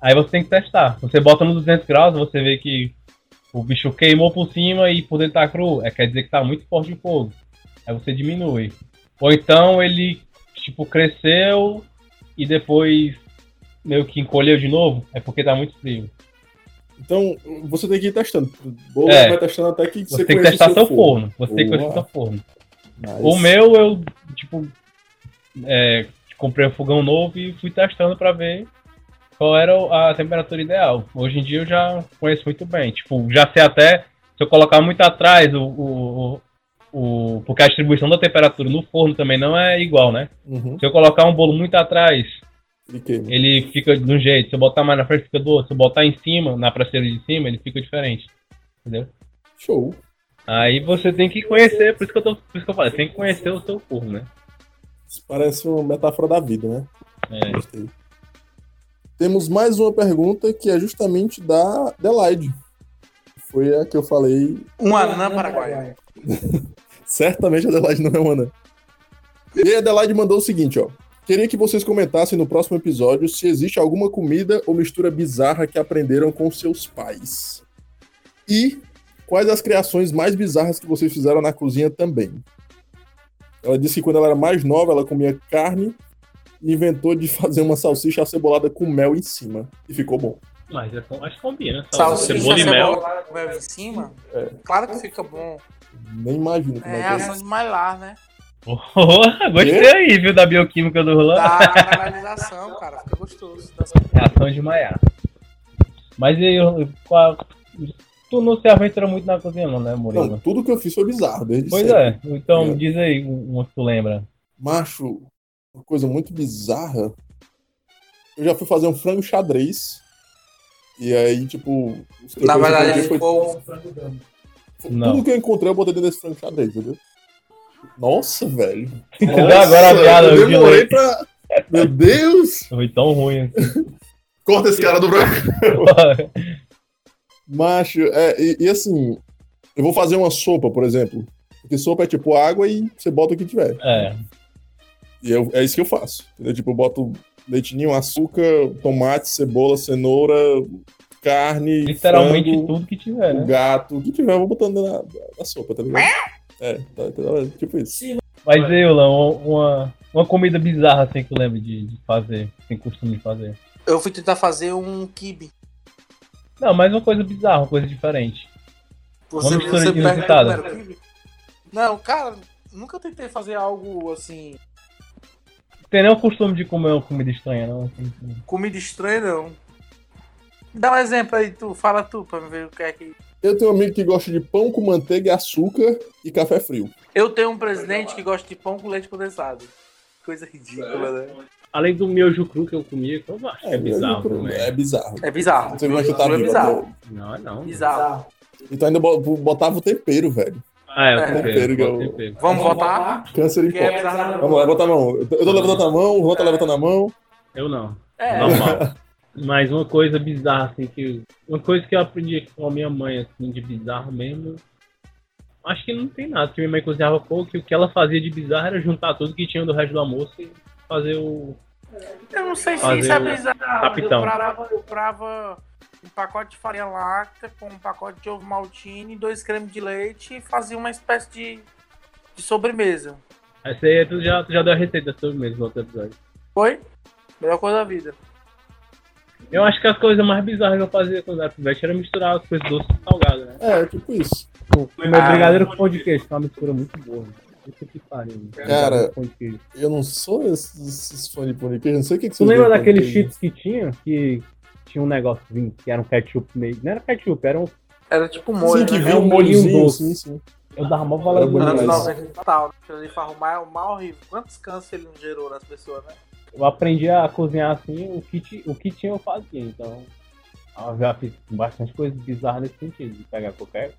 Speaker 3: Aí você tem que testar. Você bota no 200 graus, você vê que o bicho queimou por cima e por dentro tá cru. É, quer dizer que tá muito forte o fogo. Aí você diminui. Ou então ele, tipo, cresceu e depois meio que encolheu de novo. É porque tá muito frio.
Speaker 4: Então, você tem que ir testando. Bolo
Speaker 3: É.
Speaker 4: vai testando até que
Speaker 3: Você tem que testar seu forno. Você tem que testar seu forno. O meu, eu, tipo, é, comprei um fogão novo e fui testando pra ver qual era o- a temperatura ideal. Hoje em dia eu já conheço muito bem. Tipo, já sei até, se eu colocar muito atrás, o, o, o, o- porque a distribuição da temperatura no forno também não é igual, né?
Speaker 4: Uhum.
Speaker 3: Se eu colocar um bolo muito atrás,
Speaker 4: queima.
Speaker 3: ele fica de um jeito. Se eu botar mais na frente, fica do outro. Se eu botar em cima, na prateleira de cima, ele fica diferente. Entendeu?
Speaker 4: Show.
Speaker 3: Aí você tem que conhecer, por isso que eu, tô, por isso que eu falei, tem que conhecer o seu forno, né?
Speaker 4: Isso parece uma metáfora da vida, né?
Speaker 3: É.
Speaker 4: Gostei. Temos mais uma pergunta que é justamente da Adelaide. Foi a que eu falei.
Speaker 7: Um anã paraguaio.
Speaker 4: Certamente a Adelaide não é uma, né? E a Adelaide mandou o seguinte, ó. Queria que vocês comentassem no próximo episódio se existe alguma comida ou mistura bizarra que aprenderam com seus pais. E quais as criações mais bizarras que vocês fizeram na cozinha também. Ela disse que quando ela era mais nova, ela comia carne e inventou de fazer uma salsicha acebolada com mel em cima. E ficou bom.
Speaker 3: Mas eu acho que combina.
Speaker 7: Salsicha,
Speaker 3: cebola e mel. É.
Speaker 7: cebolada com mel em cima. Claro que fica bom.
Speaker 4: Nem imagino como
Speaker 7: É
Speaker 4: é, que
Speaker 7: reação de Mailar, né?
Speaker 3: Porra, gostei aí, viu, da bioquímica do
Speaker 5: Tá.
Speaker 3: Rolando.
Speaker 7: Da analisação, cara. Fica gostoso.
Speaker 3: Reação de Maiá. Mas e aí, qual- tu não se aventura muito na cozinha, não, né,
Speaker 4: é. Não,
Speaker 3: Murilo?
Speaker 4: tudo que eu fiz foi bizarro, desde
Speaker 3: pois
Speaker 4: sempre.
Speaker 3: é. Então, diz aí uma que tu lembra.
Speaker 4: Macho, uma coisa muito bizarra. Eu já fui fazer um frango xadrez. E aí, tipo. os temperos
Speaker 7: Na verdade,
Speaker 4: que
Speaker 7: ele
Speaker 4: eu encontrei
Speaker 7: ficou.
Speaker 3: Não.
Speaker 4: Tudo que eu encontrei, eu botei dentro desse frango xadrez, entendeu? Nossa, velho.
Speaker 3: Entendeu agora a piada,
Speaker 4: eu
Speaker 3: eu
Speaker 4: demorei
Speaker 3: dilei.
Speaker 4: pra. Meu Deus!
Speaker 3: Foi tão ruim. assim.
Speaker 4: Corta esse cara do branco. Macho, é, e, e assim, eu vou fazer uma sopa, por exemplo. Porque sopa é tipo água e você bota o que tiver.
Speaker 3: É.
Speaker 4: E eu- é isso que eu faço. Entendeu? Tipo, eu boto leitinho, açúcar, tomate, cebola, cenoura, carne,
Speaker 15: Literalmente
Speaker 4: frango,
Speaker 15: tudo que tiver, né?
Speaker 4: o gato, o que tiver, eu vou botando na, na sopa, tá ligado? É, tá, tá- tipo isso.
Speaker 15: Mas aí, Lan, uma, uma comida bizarra assim que eu lembro de, de fazer, sem costume de fazer.
Speaker 5: Eu fui tentar fazer um kibe.
Speaker 15: Não, mas uma coisa bizarra, uma coisa diferente.
Speaker 5: Você-
Speaker 15: uma mistura
Speaker 5: você pega-
Speaker 15: inusitada.
Speaker 5: Não, cara, nunca tentei fazer algo assim.
Speaker 15: Tem nenhum costume de comer uma comida estranha, não? assim, assim.
Speaker 5: Comida estranha, não. Dá um exemplo aí, tu. Fala tu pra me ver o que é que.
Speaker 4: Eu tenho um amigo que gosta de pão com manteiga, açúcar e café frio.
Speaker 5: Eu tenho um presidente que gosta de pão com leite condensado. Coisa ridícula, né?
Speaker 3: Além do miojo cru que eu comia, que eu acho
Speaker 4: É,
Speaker 3: bizarro.
Speaker 4: miojo cru,
Speaker 3: também.
Speaker 4: é bizarro.
Speaker 5: É bizarro.
Speaker 4: Você vai chutar
Speaker 5: É
Speaker 4: vivo,
Speaker 5: bizarro.
Speaker 3: Não, não.
Speaker 5: Bizarro.
Speaker 4: Então ainda bo- botava o tempero, velho.
Speaker 3: Ah, é, o
Speaker 4: É.
Speaker 3: tempero.
Speaker 4: Tempero,
Speaker 3: o tempero.
Speaker 5: Vamos votar?
Speaker 4: Câncer em
Speaker 5: Quem é
Speaker 4: pó.
Speaker 5: bizarro na
Speaker 4: Vamos lá, bota a mão. Eu tô eu tô levantando a mão, o Juan tá levantando a mão.
Speaker 3: Eu não.
Speaker 5: É.
Speaker 3: Normal. Mas uma coisa bizarra, assim, que. Uma coisa que eu aprendi com a minha mãe, assim, de bizarro mesmo. Acho que não tem nada, que minha mãe cozinhava pouco e o que ela fazia de bizarro era juntar tudo que tinha do resto do almoço e fazer o.
Speaker 5: Eu não sei se
Speaker 3: Fazer
Speaker 5: isso é
Speaker 3: o
Speaker 5: bizarro. Eu
Speaker 3: capitão.
Speaker 5: crava, eu crava um pacote de farinha láctea com um pacote de ovo maltine, dois cremes de leite e fazia uma espécie de, de sobremesa.
Speaker 3: Essa aí tu já, tu já deu a receita sobre mesmo no outro episódio.
Speaker 5: Foi? Melhor coisa da vida.
Speaker 3: Eu acho que as coisas mais bizarras que eu fazia quando era pivete era misturar as coisas doces com salgado, né?
Speaker 4: É, tipo isso.
Speaker 3: Meu brigadeiro com pão de queijo, que é uma mistura muito boa. né? Puta que pariu. né?
Speaker 4: Cara,
Speaker 3: Pão de queijo.
Speaker 4: eu não sou esse, esse fã de pão de queijo, não sei o que, que
Speaker 3: Tu
Speaker 4: vocês
Speaker 3: lembra
Speaker 4: veem com pão de
Speaker 3: daquele
Speaker 4: queijo.
Speaker 3: cheats que tinha? Que tinha um negocinho que era um ketchup meio. Não era ketchup, era um.
Speaker 5: Era tipo um
Speaker 4: Sim,
Speaker 5: molho.
Speaker 4: que
Speaker 5: né?
Speaker 4: vem
Speaker 3: um né?
Speaker 4: um
Speaker 3: molhinho
Speaker 4: molhozinho,
Speaker 3: doce.
Speaker 4: sim, sim.
Speaker 3: Eu dava mó
Speaker 4: Era um bom
Speaker 5: Anos
Speaker 4: demais.
Speaker 5: 90 total. Aquilo ali foi arrumar, é um mal horrível. Quantos câncer ele não gerou nas pessoas, né?
Speaker 3: Eu aprendi a cozinhar assim, o que, ti- o que tinha eu fazia. Então, eu já fiz bastante coisas bizarras nesse sentido, de pegar qualquer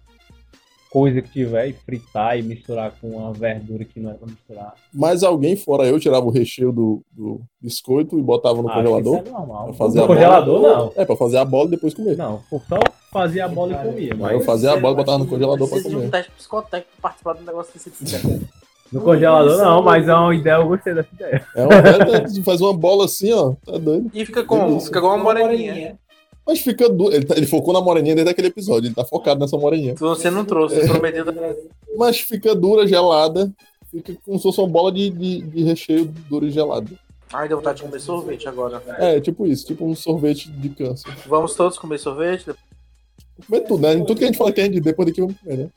Speaker 3: coisa que tiver e fritar e misturar com uma verdura que não é pra misturar.
Speaker 4: Mas alguém fora eu tirava o recheio do, do biscoito e botava no
Speaker 3: Acho
Speaker 4: congelador.
Speaker 3: que isso é normal.
Speaker 4: Pra fazer
Speaker 3: No
Speaker 4: a bola.
Speaker 3: congelador, não.
Speaker 4: É, pra fazer a bola e depois comer.
Speaker 3: Não, é o só fazia a bola e comia.
Speaker 4: Aí eu fazia a bola e botava no congelador pra
Speaker 5: Preciso de um
Speaker 3: né?
Speaker 4: comer.
Speaker 5: teste psicotécnico pra participar de um negócio desse tipo.
Speaker 3: No congelador não, mas é uma ideia, eu gostei dessa ideia.
Speaker 4: É uma ideia, tu faz uma bola assim, ó. Tá doido.
Speaker 5: E fica como? Fica igual uma moreninha.
Speaker 4: Mas fica duro. Ele, tá- ele focou na moreninha desde aquele episódio. Ele tá focado nessa moreninha.
Speaker 5: Você não trouxe, você prometeu.
Speaker 4: Mas fica dura, gelada. Fica como se fosse uma bola de, de, de recheio duro e gelado.
Speaker 5: Ai, deu vontade de comer sorvete agora.
Speaker 4: É, tipo isso. Tipo um sorvete de câncer.
Speaker 5: Vamos todos comer sorvete?
Speaker 4: Comer tudo, né? Tudo que a gente fala que a gente depois daqui vamos comer, né?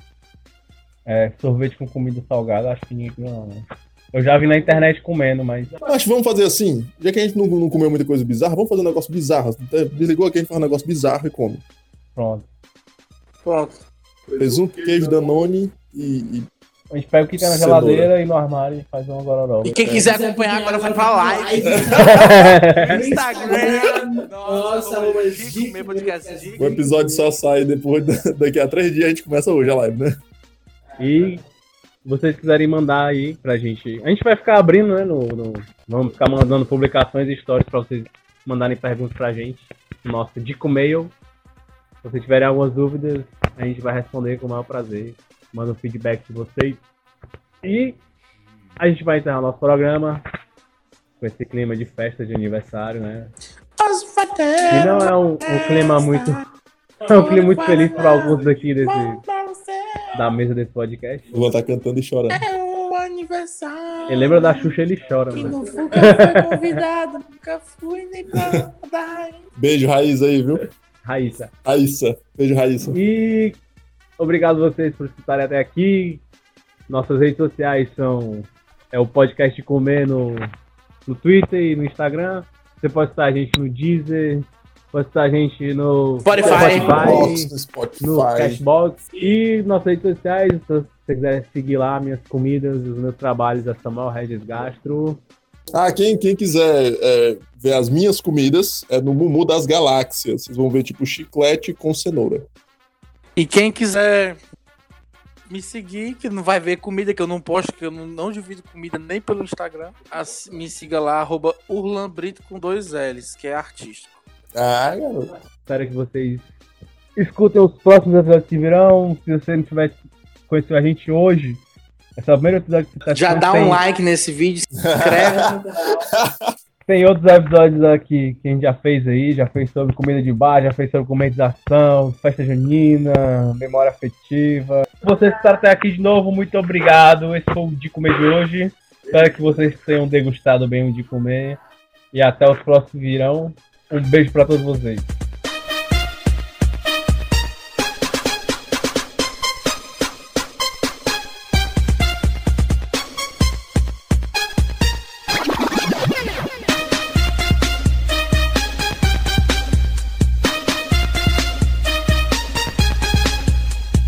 Speaker 15: É, sorvete com comida salgada, acho que ninguém não. né? Eu já vi na internet comendo, mas.
Speaker 4: Mas vamos fazer assim, já que a gente não, não comeu muita coisa bizarra, vamos fazer um negócio bizarro. Desligou aqui, a gente faz um negócio bizarro e come.
Speaker 15: Pronto.
Speaker 5: Pronto.
Speaker 4: Presunto, um queijo, danone e... e...
Speaker 15: A gente pega o que tem na
Speaker 4: Cenoura.
Speaker 15: geladeira e no armário e faz uma gororoba.
Speaker 5: E quem quiser acompanhar agora vai pra live. Instagram. Nossa, arroba Chico, meu podcast Chico.
Speaker 4: O episódio só sai depois, da- daqui a três dias a gente começa hoje a live, né?
Speaker 3: E se vocês quiserem mandar aí pra gente. A gente vai ficar abrindo, né? No, no- vamos ficar mandando publicações e stories pra vocês mandarem perguntas pra gente. no Nosso Dico Mail. Se vocês tiverem algumas dúvidas, a gente vai responder com o maior prazer. Manda um feedback de vocês. E a gente vai encerrar o nosso programa com esse clima de festa de aniversário, né? Que não é um, um clima muito. É um clima muito feliz pra alguns daqui desse, da mesa desse podcast.
Speaker 4: O Luan tá cantando e chorando.
Speaker 5: Um aniversário.
Speaker 3: Ele lembra da Xuxa, ele chora,
Speaker 5: Que
Speaker 3: mano.
Speaker 5: não fui, nunca fui convidado, nunca fui nem pra dar.
Speaker 4: Beijo, Raíssa aí, viu?
Speaker 3: Raíssa.
Speaker 4: Raíssa. Beijo, Raíssa.
Speaker 3: E obrigado vocês por escutarem até aqui. Nossas redes sociais são é o podcast de comer no, no Twitter e no Instagram. Você pode estar a gente no Deezer, pode estar a gente no
Speaker 5: Spotify.
Speaker 4: Box, no Spotify.
Speaker 3: no Cashbox e nossas redes sociais. Se você quiser seguir lá minhas comidas, os meus trabalhos, é Samuel Regis Gastro.
Speaker 4: Ah, quem, quem quiser é, ver as minhas comidas, é no Mumu das Galáxias. Vocês vão ver, tipo, chiclete com cenoura.
Speaker 5: E quem quiser me seguir, que não vai ver comida que eu não posto, que eu não, não divido comida nem pelo Instagram, ass- me siga lá, arroba Urlambrito com dois L's, que é artista.
Speaker 4: Ah, garoto.
Speaker 3: Espero que vocês escutem os próximos episódios que virão. Se você não tiver conhecido a gente hoje, tá
Speaker 5: um
Speaker 3: esse é o primeiro episódio que você está
Speaker 5: Já dá um like nesse vídeo, se inscreve.
Speaker 3: Tem outros episódios aqui que a gente já fez aí, já fez sobre comida de bar, já fez sobre comedização, festa junina, memória afetiva. Vocês que estarem até aqui de novo, muito obrigado. Esse foi o De Comer de hoje. Espero que vocês tenham degustado bem o De Comer. E até os próximos virão. Um beijo pra todos vocês.